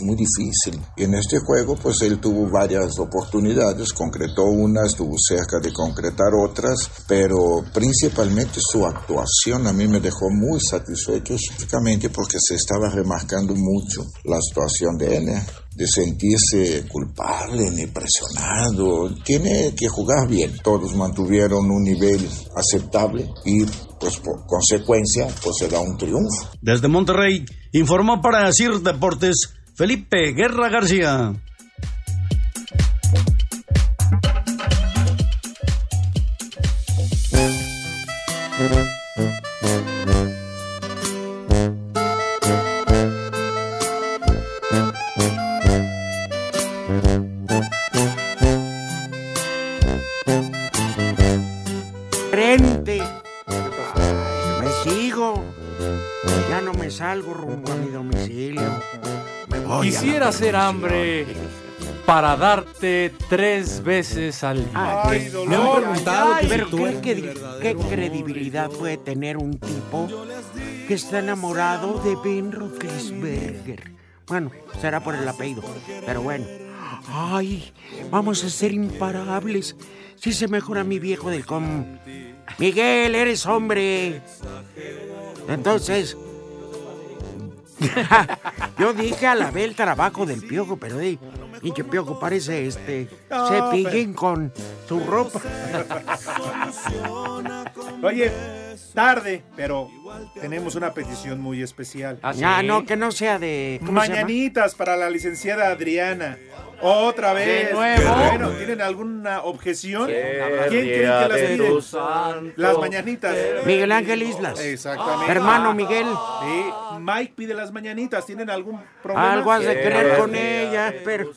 S19: muy difícil. En este juego, pues él tuvo varias oportunidades, concretó una, estuvo cerca de concretar otras, pero principalmente su actuación a mí me dejó muy satisfecho, específicamente porque se estaba remarcando mucho la actuación de él. ¿eh? de sentirse culpable ni presionado. Tiene que jugar bien. Todos mantuvieron un nivel aceptable y, pues, por consecuencia, pues se da un triunfo.
S11: Desde Monterrey, informó para CIR Deportes Felipe Guerra García.
S7: Frente. Me sigo. Ya no me salgo rumbo a mi domicilio. Me voy a la
S20: Quisiera hacer hambre para darte tres veces al
S2: Ah,
S20: día. Me han preguntado que si
S7: Pero
S20: tú
S7: ¿qué,
S20: eres
S7: qué-
S20: mi
S7: qué
S20: verdadero
S7: credibilidad puede tener un tipo que está enamorado de Ben Roethlisberger? Bueno, será por el apellido, pero bueno. Ay, vamos a ser imparables. Si se mejora mi viejo del com. Miguel, eres hombre. Entonces, *laughs* yo dije alabé el trabajo del piojo, pero eh, y que piojo parece este
S2: No,
S7: cepillín con su ropa.
S2: Oye, tarde, pero tenemos una petición muy especial.
S7: Ya, no, que no sea de. Ah, ¿cómo se llama?
S2: Mañanitas para la licenciada Adriana. Otra vez.
S7: De nuevo.
S2: Bueno, ¿tienen alguna objeción? ¿Quién cree que
S7: día
S2: las
S7: de
S2: pide?
S7: tu santo.
S2: Las mañanitas.
S7: Miguel Ángel Islas.
S2: Exactamente.
S7: Hermano Miguel.
S2: Sí, Mike pide las mañanitas. ¿Tienen algún problema?
S7: Algo has de creer con
S2: él.
S7: ella, pero.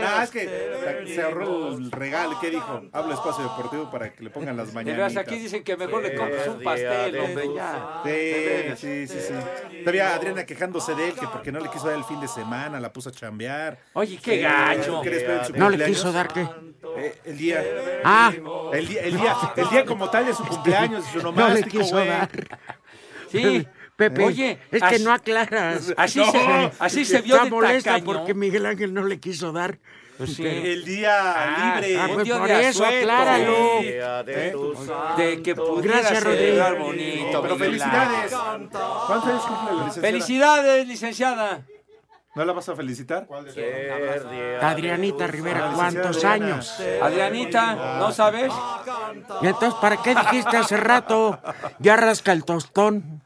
S2: Nada, es que se ahorró el regalo. ¿Qué dijo? Habla espacio deportivo para que le pongan las
S3: De
S2: mañanitas.
S3: veras, aquí dicen que mejor le compras un pastel, hombre, ya. De
S2: Sí,
S3: veras.
S2: sí, sí, sí. Todavía Adriana quejándose de él, que porque no le quiso dar el fin de semana, la puso a chambear. Eh,
S3: Oye, qué
S2: Sí,
S3: gacho.
S2: ¿qué les fue en su
S7: No le
S2: cumpleaños?
S7: quiso dar qué.
S2: Eh, el día.
S7: Ah. Este,
S2: El día, el día, el día como tal de su cumpleaños, su
S7: No le
S2: nomástico,
S7: quiso
S2: güey.
S7: dar.
S3: Sí.
S7: Pepe,
S3: Oye,
S7: es que
S3: así-
S7: *laughs* no aclaras.
S3: así se- así se vio
S7: Está
S3: de
S7: molesta
S3: tacaño.
S7: porque Miguel Ángel no le quiso dar. Pero-
S2: El día
S7: Ah,
S2: libre.
S7: ah, pues por eso, acláralo.
S2: de
S3: De que pudiera
S2: Gracias, Rodrigo.
S3: celebrar
S2: Pero
S3: bonito. Miguel
S2: felicidades.
S3: Ángel.
S2: ¿Cuántos años cumple la licenciada?
S3: Felicidades, licenciada.
S2: ¿No la vas a felicitar?
S7: Adrianita Rivera, ¿cuántos años?
S3: Adrianita, ¿no sabes?
S7: ¿Y entonces para qué dijiste hace rato? Ya rasca el tostón.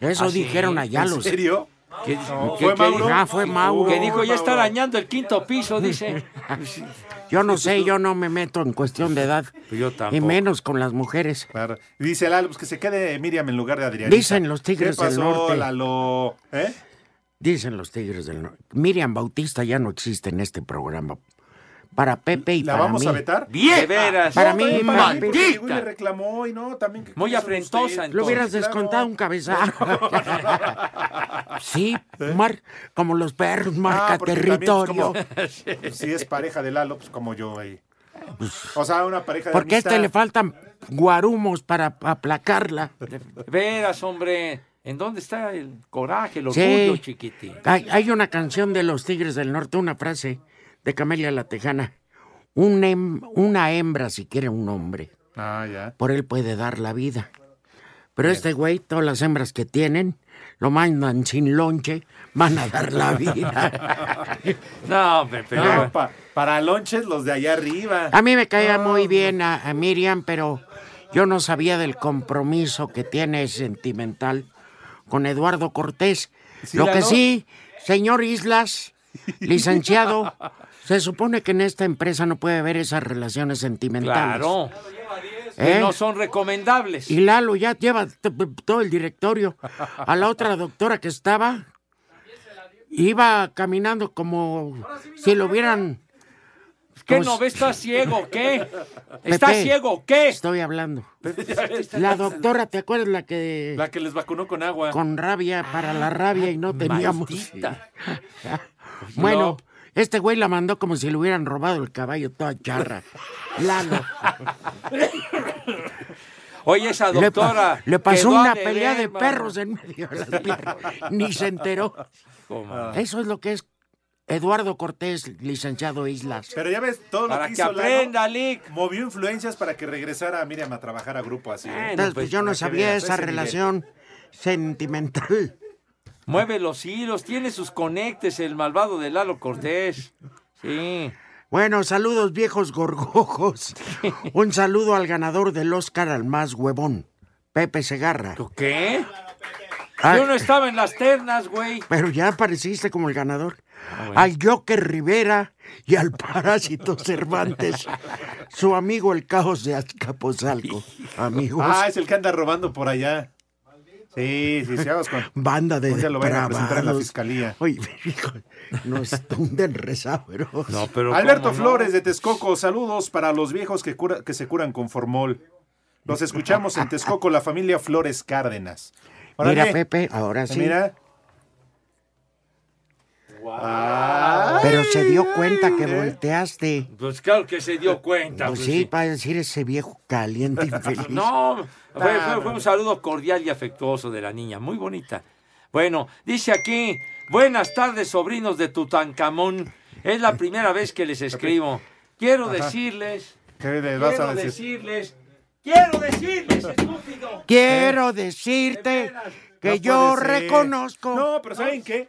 S7: Eso
S3: ¿Ah, sí?
S7: dijeron allá
S3: ¿En
S7: los.
S3: serio? ¿Qué,
S7: No,
S3: qué-
S7: ¿fue
S3: qué-
S7: Mauro? Ah, fue Mauro.
S3: Que dijo,
S7: Fue
S3: ya está
S7: Mauro.
S3: arañando el quinto piso,
S7: *laughs*
S3: dice.
S7: Yo no sé, yo no me meto en cuestión de edad.
S2: Pues Yo
S7: Y menos con las mujeres.
S2: Dice Lalo, pues que se quede Miriam en lugar de Adrián.
S7: Dicen los Tigres
S2: ¿Qué pasó,
S7: del Norte.
S2: Lalo? ¿Eh?
S7: Dicen los Tigres del Norte. Miriam Bautista ya no existe en este programa. Para Pepe y
S2: ¿La
S7: para
S2: vamos
S7: mí.
S2: a vetar?
S7: De veras. Para
S2: No,
S7: mí,
S2: también para mí, porque
S7: maldita.
S2: llegó y le reclamó y no, también. que-
S3: Muy
S2: ¿qué son
S3: afrentosa,
S2: ustedes?
S7: Lo hubieras descontado
S2: *laughs*
S7: un cabezazo. sí, mar, como los perros, marca
S2: Ah, porque también, pues, *laughs*
S7: territorio.
S2: como- pues, si es pareja de Lalo, pues como yo ahí. O sea, una pareja de
S7: Porque a
S2: amistad.
S7: este le faltan guarumos para aplacarla.
S3: De Veras, hombre. ¿En dónde está el coraje, el
S7: Sí.
S3: orgullo, chiquitín?
S7: Hay, hay una canción de los Tigres del Norte, una frase de Camelia La Tejana. Un hem- una hembra si quiere un hombre.
S2: Ah, ya.
S7: Por él puede dar la vida. Pero este güey, todas las hembras que tienen, lo mandan sin lonche, van a dar la vida.
S3: No, hombre, pero...
S2: No, pa- para lonches los de allá arriba.
S7: A mí me
S3: Ah,
S7: caía muy bien a, a Miriam, pero yo no sabía del compromiso que tiene sentimental con Eduardo Cortés.
S2: Sí,
S7: Lo
S2: la
S7: que
S2: no.
S7: sí, señor Islas,
S3: *laughs*
S7: licenciado, se supone que en esta empresa no puede haber esas relaciones sentimentales.
S3: Claro.
S7: ¿Eh?
S3: Que no son recomendables.
S7: Y Lalo ya lleva t- p- todo el directorio. A la otra doctora que estaba, iba caminando como si lo hubieran...
S3: ¿Qué
S7: como
S3: no
S7: si-
S3: ves? ¿Estás ciego o qué? ¿Estás
S7: Pepe,
S3: ciego o qué?
S7: Estoy hablando. La doctora, ¿te acuerdas la que
S2: La que les vacunó con agua.
S7: con rabia para la rabia y no teníamos?
S2: Ah, maldita.
S7: bueno, este güey la mandó como si le hubieran
S2: *laughs*
S7: robado el caballo toda charra. Lalo.
S3: Oye, esa
S7: Le pa-
S3: doctora.
S7: le pasó
S3: quedó
S7: una
S3: a
S7: pelea de
S3: deber, mano.
S7: perros eh. en medio de las piernas. Ni se enteró.
S2: Ah.
S3: ¿Cómo?
S7: Eso es lo que es Eduardo Cortés, licenciado Islas.
S2: Pero ya ves, todo
S7: Para
S2: lo
S7: que
S2: que hizo Lalo
S7: aprenda,
S2: movió influencias para que regresara a Miriam a trabajar a grupo así. ¿eh?
S7: Entonces, pues, yo no
S2: Para que
S7: sabía
S2: veas
S7: esa
S2: ese nivel.
S7: relación sentimental.
S3: Mueve los hilos, tiene sus conectes, el malvado de Lalo Cortés. Sí.
S7: Bueno, saludos
S2: *laughs*
S7: viejos gorgojos. Un saludo al ganador del Oscar al más huevón, Pepe Segarra.
S3: ¿Tú qué?
S7: Ah.
S3: Yo no estaba en las ternas, güey.
S7: Pero ya apareciste como el ganador.
S2: Ah,
S7: Al Joker Rivera y
S2: *laughs*
S7: al Parásito Cervantes, su amigo el caos de Azcapotzalco. Amigos.
S2: Ah, es el que anda robando por allá. Sí, sí, sí, hagas
S7: *laughs*
S2: con.
S7: Banda de
S2: Un día lo van a presentar en la
S7: depravados.
S2: fiscalía.
S7: Oye, hijo, nos tunden rezáveros. No,
S2: pero Alberto Flores de Texcoco, saludos para los viejos que, cura- que se curan con formol. Los escuchamos en Texcoco, la familia Flores Cárdenas.
S7: Mira,
S2: Órale.
S7: Pepe, ahora sí.
S2: Mira.
S7: Pero se dio cuenta que volteaste.
S3: Pues claro que se dio cuenta.
S7: Pues
S3: pues
S7: sí, para decir ese viejo
S2: *laughs*
S7: caliente infeliz.
S3: No, fue, fue- fue un saludo cordial y afectuoso de la niña, muy bonita. Bueno, dice aquí, buenas tardes sobrinos de Tutankamón, es la primera vez que les escribo. Quiero
S2: Ajá.
S3: decirles,
S2: ¿Qué le vas
S3: quiero
S2: a decir?
S3: decirles, quiero decirles, estúpido.
S7: Quiero decirte que
S2: No
S7: yo
S2: puede ser.
S7: reconozco.
S2: No, pero ¿saben qué?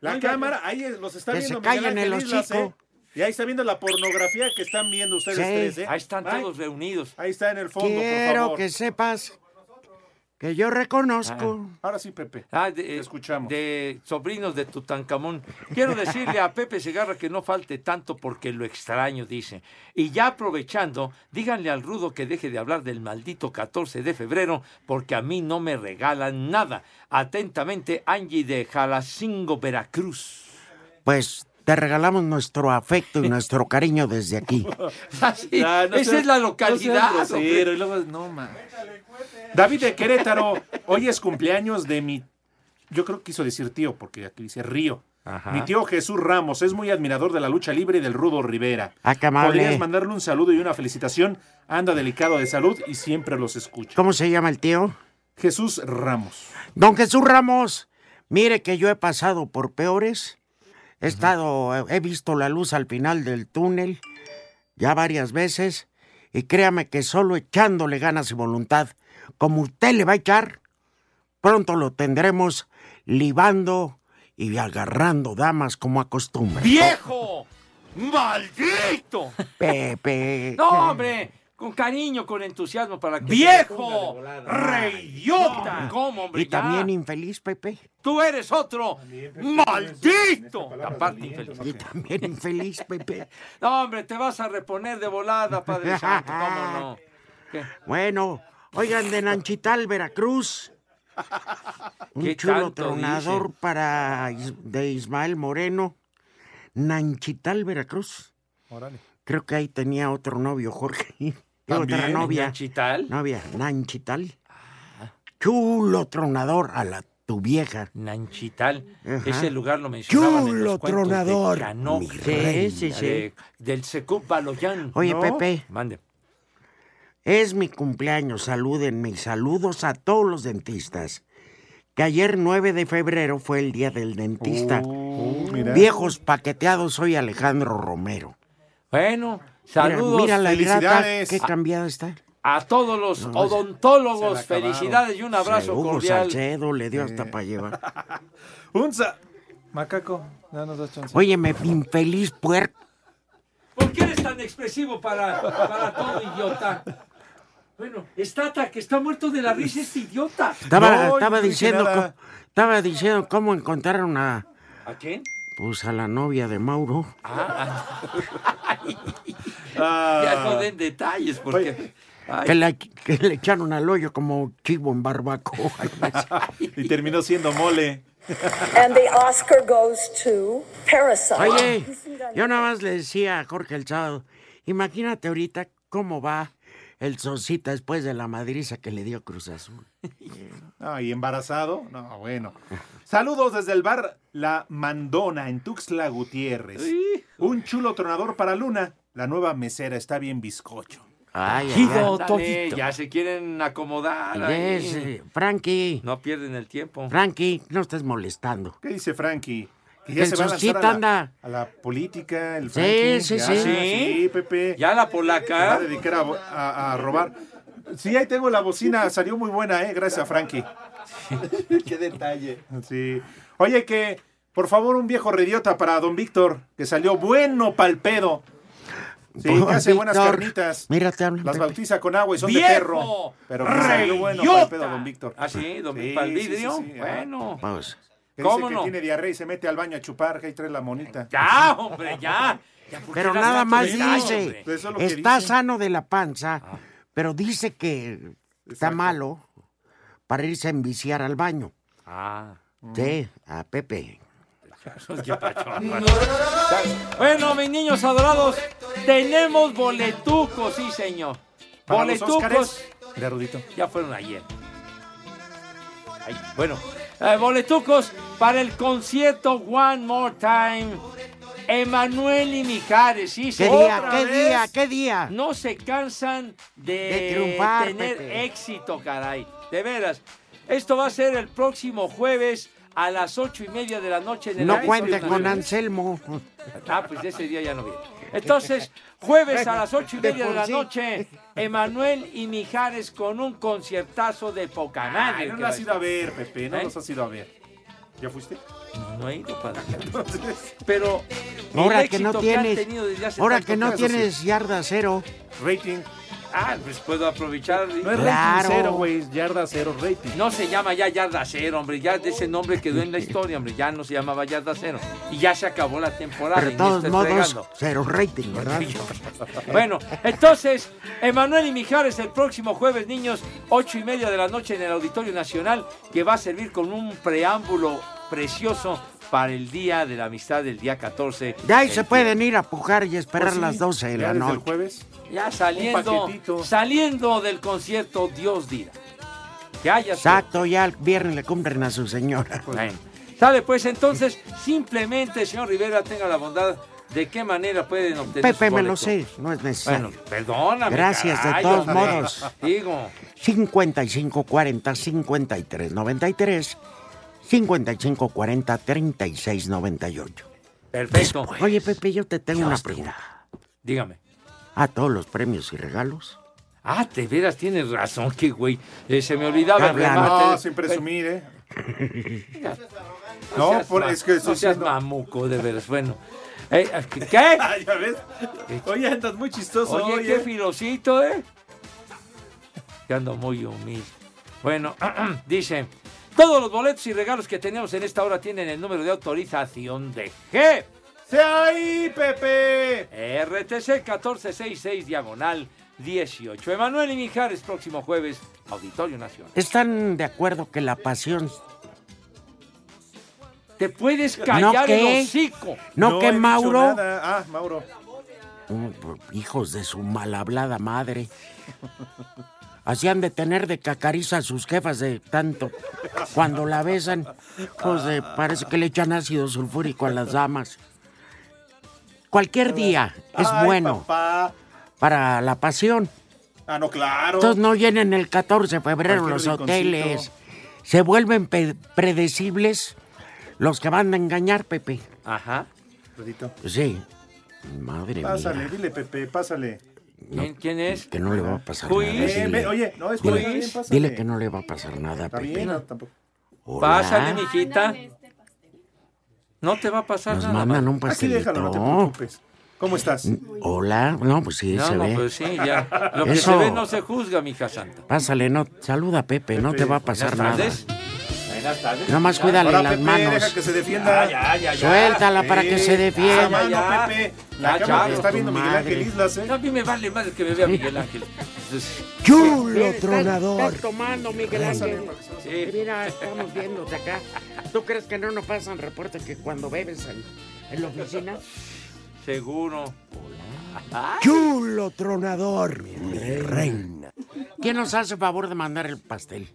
S2: La
S7: Ay,
S2: cámara, ahí es- los está
S7: Que
S2: viendo
S7: se
S2: Miguel
S7: callen el
S2: Ángel Islas,
S7: hocico.
S2: ¿eh? Y ahí está viendo la pornografía que están viendo ustedes
S7: Sí.
S2: tres, ¿eh?
S3: Ahí están
S2: Ay,
S3: todos reunidos.
S2: Ahí está en el fondo, por
S7: Quiero
S2: favor.
S7: que sepas que yo reconozco.
S2: Ahora sí, Pepe.
S3: Ah, de, escuchamos. De sobrinos de Tutankamón. Quiero decirle a Pepe Segarra que no falte tanto porque lo extraño, dice. Y ya aprovechando, díganle al rudo que deje de hablar del maldito 14 de febrero porque a mí no me regalan nada. Atentamente, Angie de Jalacingo, Veracruz. *laughs*
S7: Pues te regalamos nuestro afecto y nuestro cariño desde aquí.
S3: Así,
S2: Ah, no
S3: esa
S2: seas-
S3: es la
S2: no
S3: localidad.
S2: seas
S3: hombre.
S2: grosero, y luego, no, ma. David de Querétaro, hoy es cumpleaños de mi. Yo creo que quiso decir tío, porque aquí dice Río. Mi tío Jesús Ramos es muy admirador de la lucha libre y del Rudo Rivera.
S7: Ah, qué amable.
S2: Podrías mandarle un saludo y una felicitación. Anda delicado de salud y siempre los escucha.
S7: ¿Cómo se llama el tío?
S2: Jesús Ramos.
S7: Don Jesús Ramos, mire que yo he pasado por peores. He estado, he visto la luz al final del túnel ya varias veces y créame que solo echándole ganas y voluntad, como usted le va a echar, pronto lo tendremos libando y agarrando damas como acostumbra.
S3: ¡Viejo! ¡Maldito!
S7: Pepe.
S3: No, hombre, con cariño, con entusiasmo para que.
S7: ¡Viejo!
S3: ¡Reidiota! ¿Cómo, hombre?
S7: Y
S3: Ya.
S7: también infeliz, Pepe.
S3: Tú eres otro.
S7: pues,
S3: ¡Maldito! Aparte, infeliz.
S7: Y también infeliz, Pepe.
S3: No, hombre, te vas a reponer de volada,
S7: *laughs*
S3: Padre Santo. ¿Cómo no? ¿Qué?
S7: Bueno, oigan, de Nanchital, Veracruz. Un
S3: ¿Qué
S7: chulo
S3: tanto
S7: tronador para Is- de Ismael Moreno. Nanchital, Veracruz. Creo que ahí tenía otro novio, Jorge. *laughs* Y Otra
S3: ¿También?
S7: novia.
S3: ¿Nanchital?
S7: Novia, Nanchital.
S3: Ah.
S7: Chulo tronador a la tu vieja.
S3: Nanchital.
S7: Ajá.
S3: Ese lugar lo mencionaban en
S7: Chulo
S3: los cuentos
S7: tronador,
S3: de Cano,
S7: mi
S3: sí,
S7: rey.
S3: sí, sí. de- del Secup Baloyán.
S7: Oye,
S3: ¿no?
S7: Pepe.
S3: Mande.
S7: Es mi cumpleaños, salúdenme y saludos a todos los dentistas. Que ayer 9 de febrero fue el día del dentista.
S3: Oh,
S2: mira.
S7: Viejos paqueteados, soy Alejandro Romero.
S3: Bueno,
S7: Mira,
S3: saludos.
S7: Mira, la grata,
S3: Felicidades.
S7: qué cambiada está.
S3: A, a todos los odontólogos, felicidades y un abrazo
S7: Hugo
S3: cordial.
S7: Salcedo le dio hasta para llevar.
S3: *laughs*
S2: Un sa- Macaco, no nos das chance.
S7: Óyeme, infeliz puerco.
S3: ¿Por qué eres tan expresivo para, para todo, idiota? Bueno, está que está muerto de la risa este idiota.
S7: Estaba,
S3: No,
S7: estaba
S3: yo no dije
S7: diciendo,
S3: nada.
S7: cómo, estaba diciendo cómo encontraron a,
S3: ¿A quién?
S7: pues, a la novia de Mauro.
S3: Ah,
S2: ah.
S3: ya no den detalles porque... Ay,
S7: Que, la- que le echaron al hoyo como chivo en barbacoa.
S2: y terminó siendo mole.
S15: And the Oscar goes to Parasite.
S7: Oye, yo nada más le decía a Jorge el sábado, imagínate ahorita cómo va el Sosita después de la madriza que le dio Cruz Azul.
S2: Ah, y embarazado. No, bueno. Saludos desde el bar La Mandona en Tuxtla Gutiérrez. Un chulo tronador para Luna. La nueva mesera está bien bizcocho.
S7: Ay, ay,
S3: Guido
S7: ay.
S3: Todito. Ya se quieren acomodar. ahí.
S7: Yes, eh, Frankie.
S3: No pierden el tiempo.
S7: Frankie, no estés molestando.
S14: ¿Qué dice Frankie? Que
S7: El
S14: va a lanzar
S7: Sosita
S14: a la,
S7: anda.
S14: a la política, el
S7: Sí,
S14: Frankie,
S7: sí,
S14: ya,
S7: sí.
S14: sí, Pepe.
S3: Ya la
S14: Se va
S3: polaca.
S14: a dedicar a, bo- a- a robar. Sí, ahí tengo la bocina, salió muy buena, ¿eh? Gracias a Frankie.
S3: *laughs*
S4: Qué detalle.
S14: Sí. Oye, que por favor un viejo rediota para don Víctor, que salió bueno pal pedo. Sí,
S7: Don
S14: que hace buenas
S7: Víctor.
S14: carnitas.
S7: Mira, te hablan,
S14: Las
S7: Pepe.
S14: bautiza con agua y son
S3: ¡Viejo
S14: de perro. Pero que salió bueno pal
S3: reyota!
S14: pedo, don Víctor.
S3: Ah, sí, don
S14: Sí,
S3: pal
S14: sí,
S3: vidrio.
S14: sí, sí, ajá.
S3: bueno.
S7: Vamos.
S14: Que
S3: ¿Cómo
S14: dice que
S3: no?
S14: tiene diarrea y se mete al baño a chupar, que ahí trae la monita.
S3: Ya, hombre, ya. Ya, ¿por qué
S7: Pero
S3: das
S7: nada
S3: tanto
S7: más
S3: detalle,
S7: dice,
S3: hombre?
S14: Pues eso es lo que
S7: está
S14: dice.
S7: sano de la panza,
S3: Ah.
S7: pero dice que está malo para irse a enviciar al baño.
S3: Ah.
S7: Sí, a Pepe.
S3: Bueno, mis niños adorados, tenemos boletucos, sí, señor.
S14: Para los
S3: Boletucos.
S14: Óscares. De Rudito.
S3: Ya fueron ayer. Ay, bueno, eh, boletucos para el concierto One More Time. Emanuel y Mijares, sí,
S7: ¿Qué
S3: señor.
S7: día?
S3: Otra
S7: ¿Qué
S3: vez.
S7: día? ¿Qué día?
S3: No se cansan de,
S7: De triunfar,
S3: tener
S7: Pepe.
S3: éxito, caray. De veras. Esto va a ser el próximo jueves a las ocho y media de la noche en el
S7: No
S3: Auditorio
S7: cuenten con
S3: Nacional.
S7: Anselmo.
S3: Ah, pues ese día ya no viene. Entonces, jueves a las ocho y
S7: De
S3: media de
S7: por
S3: la
S7: sí.
S3: noche, Emanuel y Mijares con un conciertazo de poca
S7: Ah,
S14: Ay,
S3: madre.
S14: no
S3: que
S14: lo
S3: va a
S14: has ido a
S3: estar.
S14: ver, Pepe, no
S3: ¿Eh?
S14: los has ido a ver. ¿Ya fuiste?
S3: No he ido, padre. Pero el
S7: Ahora que
S3: éxito
S7: no
S3: han
S7: tienes,
S3: tenido desde hace
S7: ahora
S3: tanto
S7: que no
S3: tiempo, eso sí.
S7: tienes yarda cero.
S14: Rating.
S3: Ah, pues puedo aprovechar.
S14: No es
S7: Claro.
S14: rating cero, güey, es yarda cero rating.
S3: No se llama ya Yarda Cero, hombre. Ya de ese nombre quedó en la historia, hombre. Ya no se llamaba Yarda Cero. Y ya se acabó la temporada.
S7: Pero de
S3: y me
S7: todos
S3: estoy
S7: modos,
S3: fregando.
S7: cero rating,
S3: *laughs*
S7: ¿verdad?
S3: Bueno, entonces, Emanuel y Mijares el próximo jueves, niños, ocho y media de la noche en el Auditorio Nacional, que va a servir con un preámbulo precioso para el Día de la Amistad del día 14.
S7: De ahí
S3: El
S7: se
S3: día-
S7: pueden ir a pujar y
S14: Eh,
S7: esperar
S14: Pues sí,
S7: las 12 de
S14: ya desde
S7: la
S14: el
S7: noche.
S14: jueves?
S3: Ya
S14: Un
S3: saliendo,
S14: paquetito.
S3: saliendo del concierto, Dios dirá. Que haya sido.
S7: Exacto, ya el viernes le cumplen a su señora.
S3: Bueno. Sale, pues entonces, simplemente, señor Rivera, tenga la bondad de qué manera pueden obtener
S7: Pepe,
S3: su
S7: me lo
S3: boleto.
S7: sé, no es necesario.
S3: Bueno, perdóname.
S7: Gracias, de
S3: caray,
S7: todos
S3: hombre.
S7: modos.
S3: Digo,
S7: 55 40 53 93 55 40 36 98.
S3: perfecto.
S7: Oye, Pepe, yo te tengo una pregunta.
S3: Dígame.
S7: A todos los premios y regalos.
S3: Ah, de veras, tienes razón, que güey. Eh, se me olvidaba el
S7: Hablan.
S3: remate.
S14: No, sin presumir, ¿eh?
S3: No
S14: No,
S3: seas
S14: por,
S3: ma-
S14: es que eso
S3: no
S14: sí
S3: seas
S14: no-
S3: mamuco, de veras. Bueno. Eh,
S14: *laughs*
S3: ¿Qué?
S14: Ah, ya ves.
S7: Eh.
S14: Oye, andas muy chistoso.
S3: Oye,
S14: hoy,
S3: qué
S14: ¿eh?
S3: filosito, ¿eh? Que ando muy humilde. Bueno, *clears throat* dice, todos los boletos y regalos que tenemos en esta hora tienen el número de autorización de G.
S14: ¡Sea ahí, Pepe!
S3: RTC 1466 diagonal 18. Emanuel y Mijares, próximo jueves, Auditorio Nacional.
S7: ¿Están de acuerdo que la pasión...
S3: ¿Te puedes callar
S7: qué?
S3: el hocico?
S7: No,
S14: he
S7: que
S14: dicho
S7: Mauro...
S14: nada. Ah, Mauro.
S7: Mm, por- Hijos de su malhablada madre. Hacían de tener de cacariza a sus jefas de tanto. Cuando la besan, pues eh, parece que le echan ácido sulfúrico a las damas. Cualquier día es
S14: Ay,
S7: bueno
S14: papá.
S7: para la pasión.
S14: Ah, no, claro.
S7: Entonces no llenen el 14 de febrero
S14: Cualquier
S7: los
S14: rinconcito.
S7: hoteles. Se vuelven pe- predecibles los que van a engañar, Pepe.
S3: Ajá.
S14: Rudito.
S7: Sí. Madre
S14: Pásale,
S7: mía.
S14: dile, Pepe, pásale.
S3: ¿Quién, quién es?
S7: Que no le va a pasar
S3: Luis.
S7: nada.
S14: Eh,
S7: dile.
S14: ve, oye, no, es
S7: Dile-
S14: Luis, bien, pásale.
S7: Dile que no le va a pasar nada,
S14: Está
S7: Pepe.
S14: bien, no, tampoco.
S7: Hola.
S3: Pásale, mijita. No te va a pasar
S7: Nos
S3: nada.
S7: mandan un
S14: Aquí
S7: pastelito.
S14: déjalo, no te preocupes. ¿Cómo estás?
S7: Hola. No, pues sí,
S3: No,
S7: se
S3: no,
S7: ve.
S3: pues sí, ya. Lo que se
S7: Eso.
S3: ve no se juzga, mija santa.
S7: Pásale, no. Saluda a Pepe, no te va a pasar
S3: Buenas
S7: nada.
S3: tardes. Buenas tardes.
S7: Nada más cuídale
S14: Ahora,
S7: las
S14: Pepe,
S7: manos.
S14: deja que se defienda.
S3: Ya, ya, ya, ya.
S7: Suéltala para que se
S14: Ah,
S7: defienda.
S14: mano,
S3: ya.
S14: Pepe. La
S3: Ah,
S14: cámara
S3: ya,
S14: que está
S7: tu
S14: viendo Miguel
S7: madre.
S14: Ángel Islas, ¿eh?
S3: No, Pues a mí me vale más que me vea Miguel Ángel. Entonces,
S7: ¡Chulo Estás- tronador! Estás tomando, Miguel Ángel. Mira, estamos viéndote acá. ¿Tú crees que no nos pasan reportes que cuando bebes en, en la oficina?
S3: seguro.
S7: ¡Chulo tronador! Mi reina. ¿Quién nos hace favor de mandar el pastel?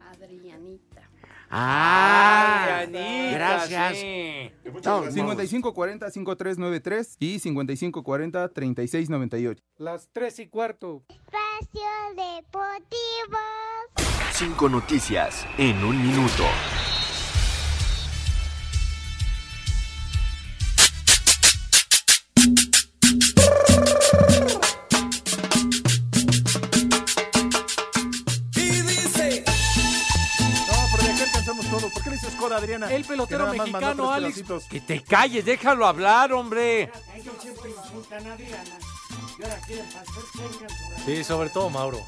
S21: Adrianita.
S7: ¡Ah!
S3: Ay, Anita,
S7: gracias.
S3: sí.
S15: No, 5540-5393 y 5540-3698.
S20: Las 3 y cuarto.
S22: Espacio Deportivo.
S6: Cinco noticias en un minuto.
S2: pero de qué alcanzamos todo. ¿Por qué le dices coda, Adriana?
S20: El pelotero
S2: Que nada más mandó
S20: mexicano,
S2: tres
S20: Alex.
S2: pedacitos.
S20: Que te calles, déjalo hablar, hombre.
S3: Sí, sobre todo Mauro.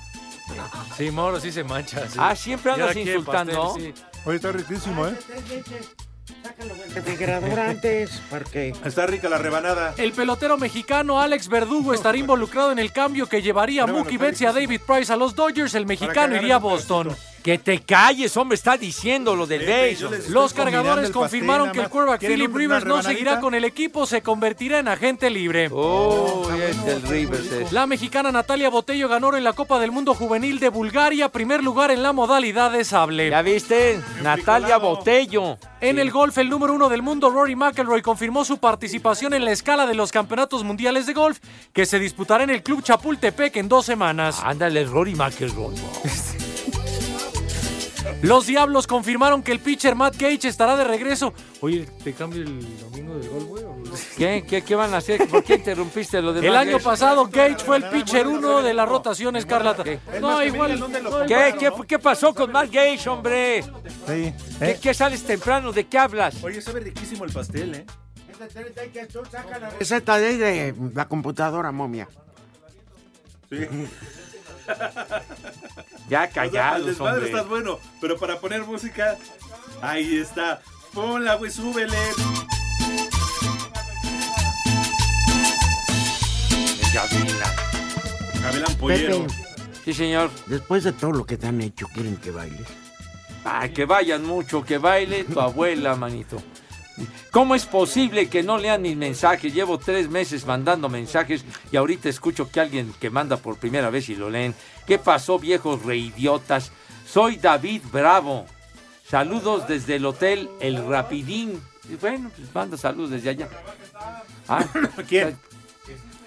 S3: Sí, Mauro sí se mancha. sí.
S20: Ah, siempre
S3: Y
S20: andas
S3: ahora quiere
S20: insultando.
S3: pastel, sí.
S2: Oye, está riquísimo, ¿eh?
S20: antes, porque...
S2: Está rica la rebanada.
S3: El pelotero mexicano Alex Verdugo estará involucrado en el cambio que llevaría a Mookie Betts y a David Price a los Dodgers. El mexicano iría a Boston.
S20: Que te calles, hombre, está diciendo lo del
S3: Pepe,
S20: beige.
S3: yo les Los estoy cargadores confirmaron que el quarterback Philip Rivers no seguirá con el equipo, se convertirá en agente libre.
S23: Oh, es del Rivers. es.
S3: La mexicana Natalia Botello ganó oro en la Copa del Mundo Juvenil de Bulgaria, primer lugar en la modalidad de sable. ¿Ya
S20: viste? Natalia Botello.
S3: En el golf, el número uno del mundo, Rory McIlroy, confirmó su participación en la escala de los campeonatos mundiales de golf que se disputará en el Club Chapultepec en dos semanas.
S20: Ándale, Rory McIlroy.
S3: Los Diablos confirmaron que el pitcher Matt Cage estará de regreso.
S20: Oye, ¿te cambio el domingo del gol, güey?
S3: ¿Qué, qué, qué van a hacer? ¿Por qué interrumpiste lo
S20: de
S3: El
S20: Matt
S3: año
S20: Gage?
S3: pasado Gage fue el pitcher uno de la rotación escarlata. No, igual. no,
S20: ¿Qué,
S3: igual.
S20: qué, qué pasó con Matt Gage, hombre? ¿Qué, qué sales temprano? ¿De qué hablas?
S2: Oye, sabe riquísimo el pastel, ¿eh?
S7: Esa está de ahí de la computadora, momia.
S20: Ya
S2: Al
S20: callados,
S2: desmadre
S20: hombre.
S2: estás bueno, pero para poner música, ahí está. Ponla, güey, súbele. Gavilán Pollero.
S20: Sí, señor.
S7: Después de todo lo que te han hecho, ¿quieren que bailes?
S3: Ay, Ah, que vayan mucho, que baile tu abuela, manito. ¿Cómo es posible que no lean mis mensajes? Llevo tres meses mandando mensajes y ahorita escucho que alguien que manda por primera vez y lo leen. ¿Qué pasó, viejos reidiotas? Soy David Bravo. Saludos desde el hotel El Rapidín. Y Bueno, pues manda saludos desde allá. Ah,
S2: *laughs* ¿Quién?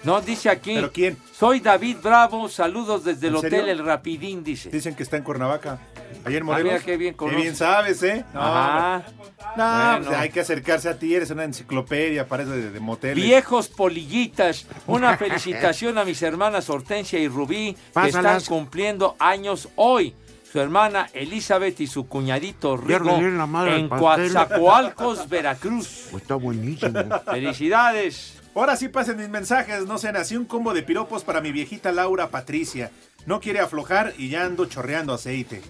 S3: No, dice aquí.
S2: ¿Pero quién?
S3: Soy David Bravo. Saludos desde el
S2: ¿En
S3: hotel
S2: serio?
S3: El Rapidín, dice.
S2: Dicen que está en Cuernavaca. Ayer en
S3: Ah,
S2: Morelos.
S3: mira qué bien conoce.
S2: sabes, ¿eh? No,
S3: Ajá.
S2: no,
S3: Bueno.
S2: pues, hay que acercarse a ti. Eres una enciclopedia, parece de, de motel.
S3: Viejos polillitas, una felicitación a mis hermanas Hortensia y Rubí, que están
S2: Pásalas.
S3: cumpliendo años hoy. Su hermana Elizabeth y su cuñadito Rigo
S7: Piérdele la madre al
S3: en
S7: pastel.
S3: Coatzacoalcos, Veracruz.
S7: *laughs* Pues está buenísimo.
S3: ¡Felicidades!
S2: Ahora sí pasen mis mensajes, no sean así un combo de piropos para mi viejita Laura Patricia. No quiere aflojar y ya ando chorreando aceite.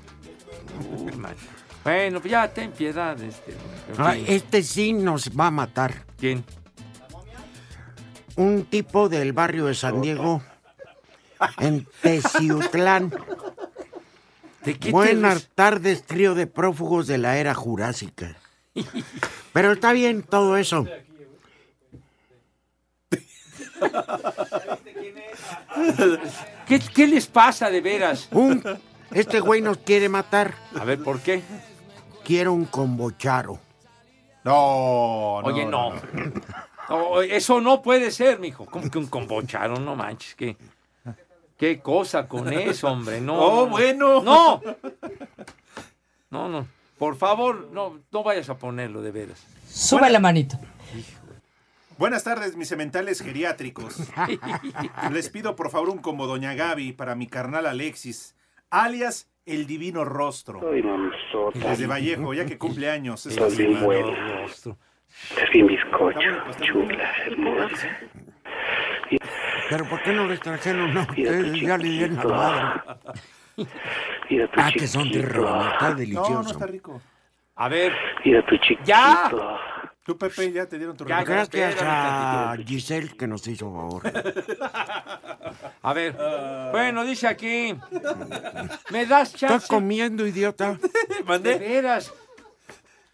S3: Bueno, pues ya ten piedad. Este,
S7: Ah, este sí nos va a matar.
S3: ¿Quién?
S7: Un tipo del barrio de San Diego, en Teciutlán.
S3: qué
S7: Buenas
S3: tienes?
S7: tardes, trío de prófugos de la era
S3: *laughs*
S7: jurásica. Pero está bien todo eso.
S3: ¿Qué, qué les pasa de veras?
S7: Un, este güey nos quiere matar.
S3: A ver, ¿por qué?
S7: Quiero un combocharo.
S2: No,
S3: Oye, no. *laughs* No, eso no puede ser, mijo. Como que un combocharo, no manches, qué. Qué cosa con eso, hombre. No.
S2: Oh,
S3: no, no.
S2: bueno.
S3: No. No, no. Por favor, no, no vayas a ponerlo de veras.
S9: Sube la manito.
S2: Buenas tardes, mis sementales
S7: *laughs*
S2: geriátricos. Les pido por favor un combo Doña Gaby para mi carnal Alexis, alias El Divino Rostro. Desde Vallejo, ya que cumple años. este esta
S21: Estás bien
S2: semana.
S21: bueno. Estás bien bizcocho, chula, hermosa.
S7: Pero ¿por qué no les trajeron a ustedes? Ya le dieron la madre.
S21: *laughs* Mira tu
S7: Ah, que son de
S21: chiquito.
S7: Roma, está delicioso.
S2: No, no está rico.
S3: A ver.
S21: Mira tu chiquito.
S3: ¡Ya!
S2: Tú, Pepe, ya te dieron tu regalo.
S7: Gracias a Giselle que nos hizo favor.
S3: A ver. Bueno, dice aquí. Me das chance.
S7: Estás comiendo, idiota.
S3: De veras.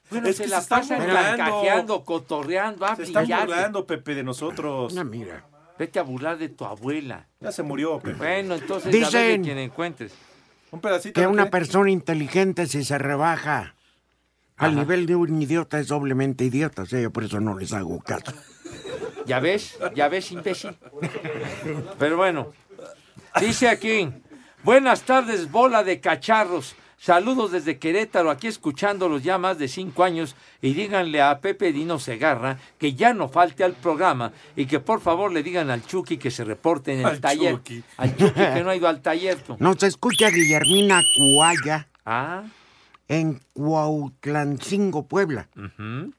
S3: Bueno,
S2: Es
S3: se
S2: que
S3: la
S2: se están
S3: pasan
S2: burlando.
S3: carcajeando, cotorreando, ah,
S2: Se están
S3: brillante.
S2: burlando, Pepe, de nosotros.
S7: mira.
S3: Vete a burlar de tu abuela.
S2: Ya se murió, Pepe.
S3: Bueno, entonces a ver de
S7: Dicen-
S3: quien encuentres.
S2: Un pedacito.
S7: Que
S2: ¿no
S7: una
S2: quiere?
S7: persona inteligente si se rebaja Al Ajá. nivel de un idiota es doblemente idiota, o sea, yo por eso no les hago caso.
S3: ¿Ya ves? ¿Ya ves, imbécil? Pero bueno, dice aquí, buenas tardes, bola de cacharros. Saludos desde Querétaro, aquí escuchándolos ya más de cinco años y díganle a Pepe Dino Segarra que ya no falte al programa y que por favor le digan al Chucky que se reporte en el
S2: al
S3: taller.
S2: Chucky.
S3: Al Chucky que no ha ido al taller.
S7: *laughs*
S3: tú.
S7: Nos escucha Guillermina Cuaya
S3: Ah,
S7: en Cuautlancingo, Puebla.
S3: ujú.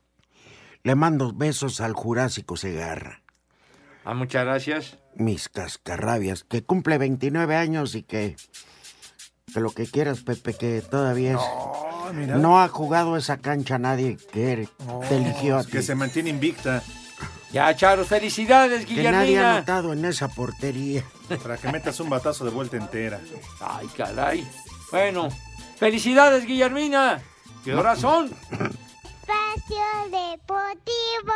S7: Le mando besos al Jurásico Segarra,
S3: Ah, muchas gracias.
S7: mis cascarrabias, que cumple 29 años y que, que lo que quieras, Pepe, que todavía es...
S2: mira.
S7: No ha jugado esa cancha nadie que er- te eligió a ti.
S2: Que se mantiene invicta.
S3: Ya, Charos, felicidades,
S7: Que nadie ha
S3: Guillermina.
S7: notado en esa portería.
S2: Para que metas un batazo de vuelta entera.
S3: Ay, caray. Bueno, felicidades, Guillermina. ¿Qué horas son?
S5: Espacio Deportivo.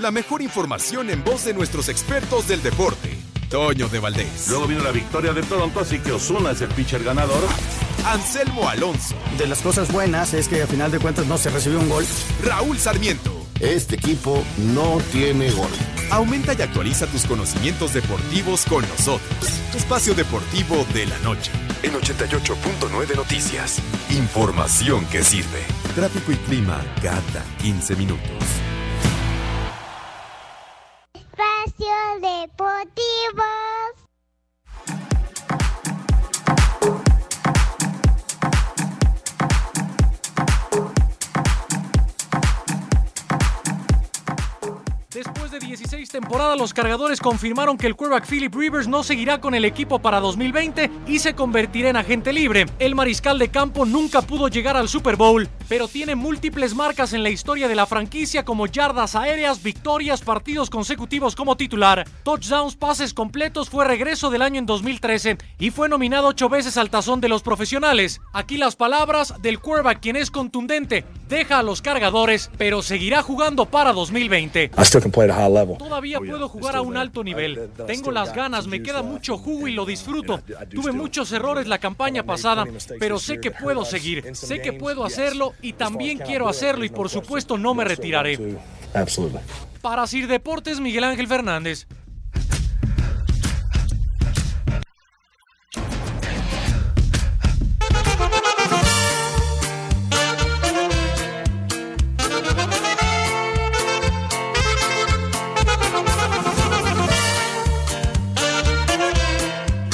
S6: La mejor información en voz de nuestros expertos del deporte. Toño de Valdés.
S24: Luego vino la victoria de Toronto, así que Osuna es el pitcher ganador.
S6: Anselmo Alonso.
S11: De las cosas buenas es que a final de cuentas no se recibió un gol.
S6: Raúl Sarmiento.
S11: Este equipo no tiene gol.
S6: Aumenta y actualiza tus conocimientos deportivos con nosotros. Tu espacio deportivo de la noche. En 88.9 Noticias. Información que sirve. Tráfico y clima cada 15 minutos.
S5: Espacio Deportivo.
S20: Después de 16 temporadas, los cargadores confirmaron que el quarterback Philip Rivers no seguirá con el equipo para 2020 y se convertirá en agente libre. El mariscal de campo nunca pudo llegar al Super Bowl, pero tiene múltiples marcas en la historia de la franquicia como yardas aéreas, victorias, partidos consecutivos como titular, touchdowns, pases completos, fue regreso del año en 2013 y fue nominado ocho veces al tazón de los profesionales. Aquí las palabras del quarterback quien es contundente, deja a los cargadores, pero seguirá jugando para 2020.
S9: I still can play at a high level.
S20: Todavía puedo jugar a un alto nivel. Tengo las ganas, me queda mucho jugo y lo disfruto. Tuve muchos errores la campaña pasada, pero sé que puedo seguir, sé que puedo hacerlo y también quiero hacerlo y por supuesto no me retiraré.
S9: Absolutely.
S20: Para Sir Deportes, Miguel Ángel Fernández.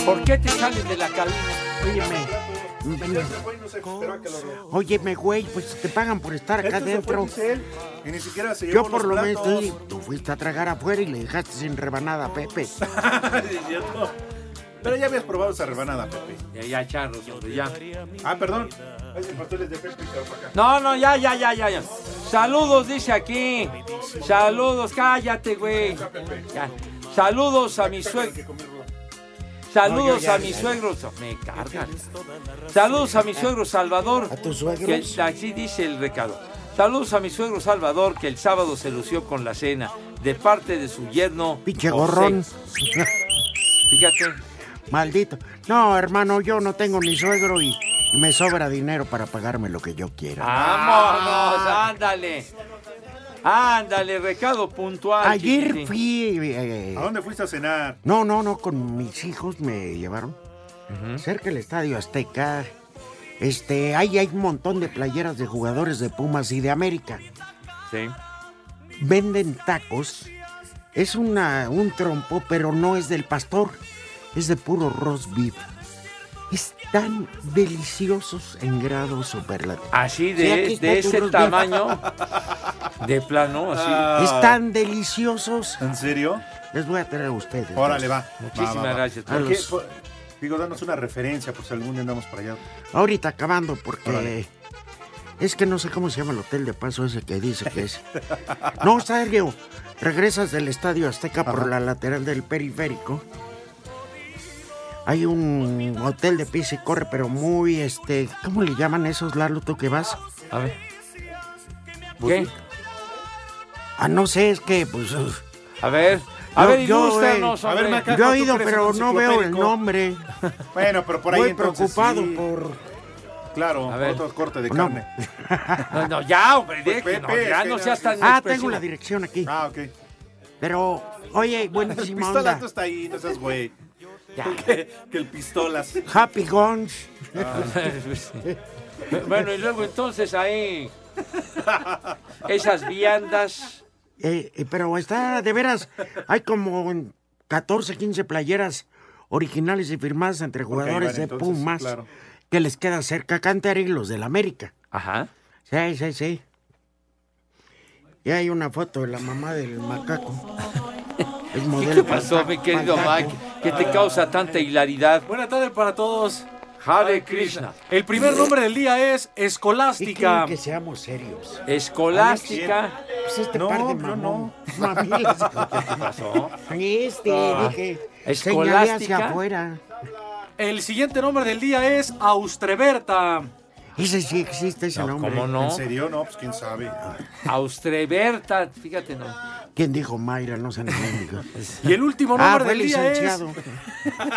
S3: ¿Por qué te sales de la cabina?
S7: Óyeme. Óyeme, güey, pues te pagan por estar
S2: Esto
S7: acá
S2: se fue
S7: adentro.
S2: Giselle, y ni siquiera se
S7: Yo
S2: llevó
S7: por
S2: los
S7: lo menos,
S2: platos.
S7: sí, tú fuiste a tragar afuera y le dejaste sin rebanada a Pepe.
S2: Sí, es cierto. Pero ya habías probado esa rebanada, Pepe.
S3: Ya, ya, charros, ya.
S2: Ah, perdón. Es el pastel es de Pepe, pero para acá.
S3: No, no, ya, ya, ya, ya, ya. Saludos, dice aquí. Saludos, cállate, güey. Ya. Saludos a mis suegros.
S7: No, yo
S3: Saludos
S7: ya,
S3: a mis
S7: ya.
S3: suegros. Me cargan. Saludos a mi suegro Salvador.
S7: ¿A tus suegros?
S3: Que el- así dice el recado. Saludos a mi suegro Salvador, que el sábado se lució con la cena, de parte de su yerno.
S7: Pinche
S3: José.
S7: gorrón.
S3: Fíjate.
S7: Maldito. No, hermano, yo no tengo ni suegro y, y me sobra dinero para pagarme lo que yo quiera.
S3: Ah, Vámonos,
S7: Ah.
S3: ándale. Ándale, recado puntual.
S7: Ayer
S3: chiquitín.
S7: fui. eh,
S2: ¿A dónde fuiste a cenar?
S7: No, no, no, con mis hijos me llevaron. Cerca del Estadio Azteca. Este, ahí hay un montón de playeras de jugadores de Pumas y de América.
S3: Sí.
S7: Venden tacos. Es una, un trompo, pero no es del pastor. Es de puro roast beef. Están deliciosos en grado superlativo.
S3: Así
S7: Sí,
S3: de,
S7: aquí está
S3: de
S7: tu
S3: ese
S7: Bruce Beef. *laughs*
S3: tamaño, de plano, así.
S7: Ah,
S2: Ah.
S7: Están deliciosos.
S2: ¿En serio?
S7: Les voy a traer a ustedes.
S2: Órale,
S7: dos.
S2: va.
S3: Muchísimas
S2: Va, va, va.
S3: gracias.
S2: ¿Por
S7: A
S2: qué?
S7: los-
S2: Por- Digo, danos una referencia, pues algún día andamos para allá.
S7: Ahorita acabando porque
S2: Órale.
S7: es que no sé cómo se llama el hotel de paso ese que dice que es. No, Sergio, regresas del Estadio Azteca por la lateral del periférico. Hay un hotel de piso y corre, pero muy este, ¿cómo le llaman esos Lalo tú que vas?
S3: A ver. ¿Qué?
S7: Ah, no sé, es que pues uf,
S3: A ver, a
S7: Yo-
S3: ver,
S7: yo,
S3: ilústranos,
S7: eh, a ver,
S3: hombre.
S7: Macaco, Yo he ido, ¿tú crees pero en un no veo el enciclopédico? nombre.
S2: Bueno, pero por ahí
S7: Muy
S2: entonces,
S7: preocupado
S2: sí.
S7: por
S2: Claro, otro corte de carne.
S3: No, no, ya, hombre,
S7: Pues,
S3: deje, no, ya no seas tan
S7: Ah, tengo
S3: expresivo.
S7: la dirección aquí.
S2: Ah,
S7: *laughs*
S2: ok.
S7: Pero, oye, buenísima
S2: Pistolas
S7: onda.
S2: no está ahí, no seas güey.
S7: Ya.
S2: *laughs* Que, que el pistolas.
S7: Happy Guns.
S3: *laughs* Bueno, y luego entonces
S7: *laughs*
S3: ahí esas viandas.
S7: Eh, eh, pero está, de veras, hay como 14, 15 playeras originales y firmadas entre jugadores
S2: bueno,
S7: de
S2: entonces,
S7: Pumas
S2: claro.
S7: que les queda cerca Cantar y los del América.
S3: Ajá.
S7: Sí, sí, sí. Y hay una foto de la mamá del macaco. Es
S3: ¿Qué,
S7: modelo
S3: qué pasó,
S7: para-
S3: mi querido
S7: macaco.
S3: Mike? ¿Qué te causa tanta hilaridad?
S20: Buena tarde para todos.
S3: Hare Krishna.
S20: El primer nombre del día es
S7: ¿Qué
S20: Escolástica.
S7: quieren que seamos serios?
S3: Escolástica.
S7: Pues este
S20: No,
S7: par
S20: no,
S7: de
S3: *laughs*
S7: mamón. Mamilas.
S3: ¿Qué pasó?
S7: Este,
S3: Ah.
S7: dije, señalé hacia
S20: Escolástica.
S7: afuera.
S20: El siguiente nombre del día es Austreberta.
S7: Ese sí existe ese nombre.
S3: ¿Cómo no?
S2: ¿En serio? No, pues quién sabe.
S7: Ah.
S3: Austreberta, fíjate, no.
S7: ¿Quién dijo Mayra? No se entiende.
S12: Pues,
S20: Y el último
S7: ah,
S20: nombre
S7: fue
S20: del día
S7: licenciado.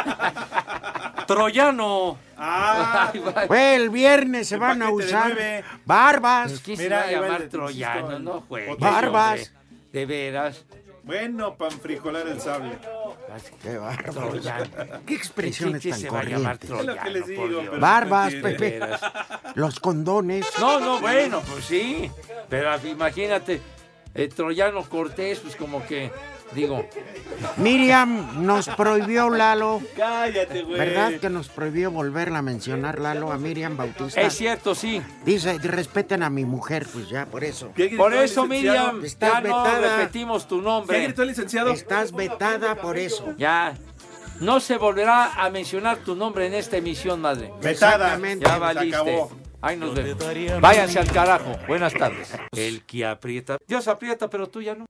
S20: es Troyano.
S2: Ah.
S3: Ay, va-
S7: Fue el viernes se van a
S2: paquete de
S7: usar
S2: nueve.
S7: barbas.
S3: Pues, ¿Quién
S2: Mira,
S3: se
S2: ahí va
S3: va a llamar
S2: el- insisto,
S3: troyano?
S2: el-
S3: No juegues,
S7: Barbas.
S3: hombre. De veras.
S2: Bueno, pan frijolar el sable.
S7: Qué bárbaro.
S3: Troyano.
S7: Qué expresiones
S3: ¿Quién
S7: tan
S3: se va a llamar
S7: corrientes.
S2: Es lo que
S3: troyano?
S2: les digo,
S3: por Dios?
S2: pero-
S7: Barbas,
S2: De
S7: Pepe.
S3: veras.
S7: Los condones.
S3: No, no, bueno, pues sí. Pero imagínate, el troyano Cortés, pues como que, digo,
S7: Miriam nos prohibió Lalo.
S2: Cállate, güey.
S7: ¿Verdad que nos prohibió volverla a mencionar Lalo a Miriam Bautista?
S3: es cierto, sí.
S7: Dice, respeten a mi mujer, pues ya, por eso.
S2: ¿Qué gritó
S3: Por
S2: el
S3: eso,
S2: licenciado?
S3: Miriam, ya
S7: Estás
S3: no
S7: vetada.
S3: repetimos tu
S2: ¿Qué
S3: nombre.
S2: gritó el licenciado?
S7: Estás vetada por eso.
S3: Ya. No se volverá a mencionar tu nombre en esta emisión, madre.
S2: Vetada.
S7: Exactamente.
S3: Ya
S2: Se
S3: valiste.
S2: acabó.
S3: Ahí nos vemos. Váyanse al carajo. Buenas tardes. El que aprieta. Dios aprieta, pero tú ya no.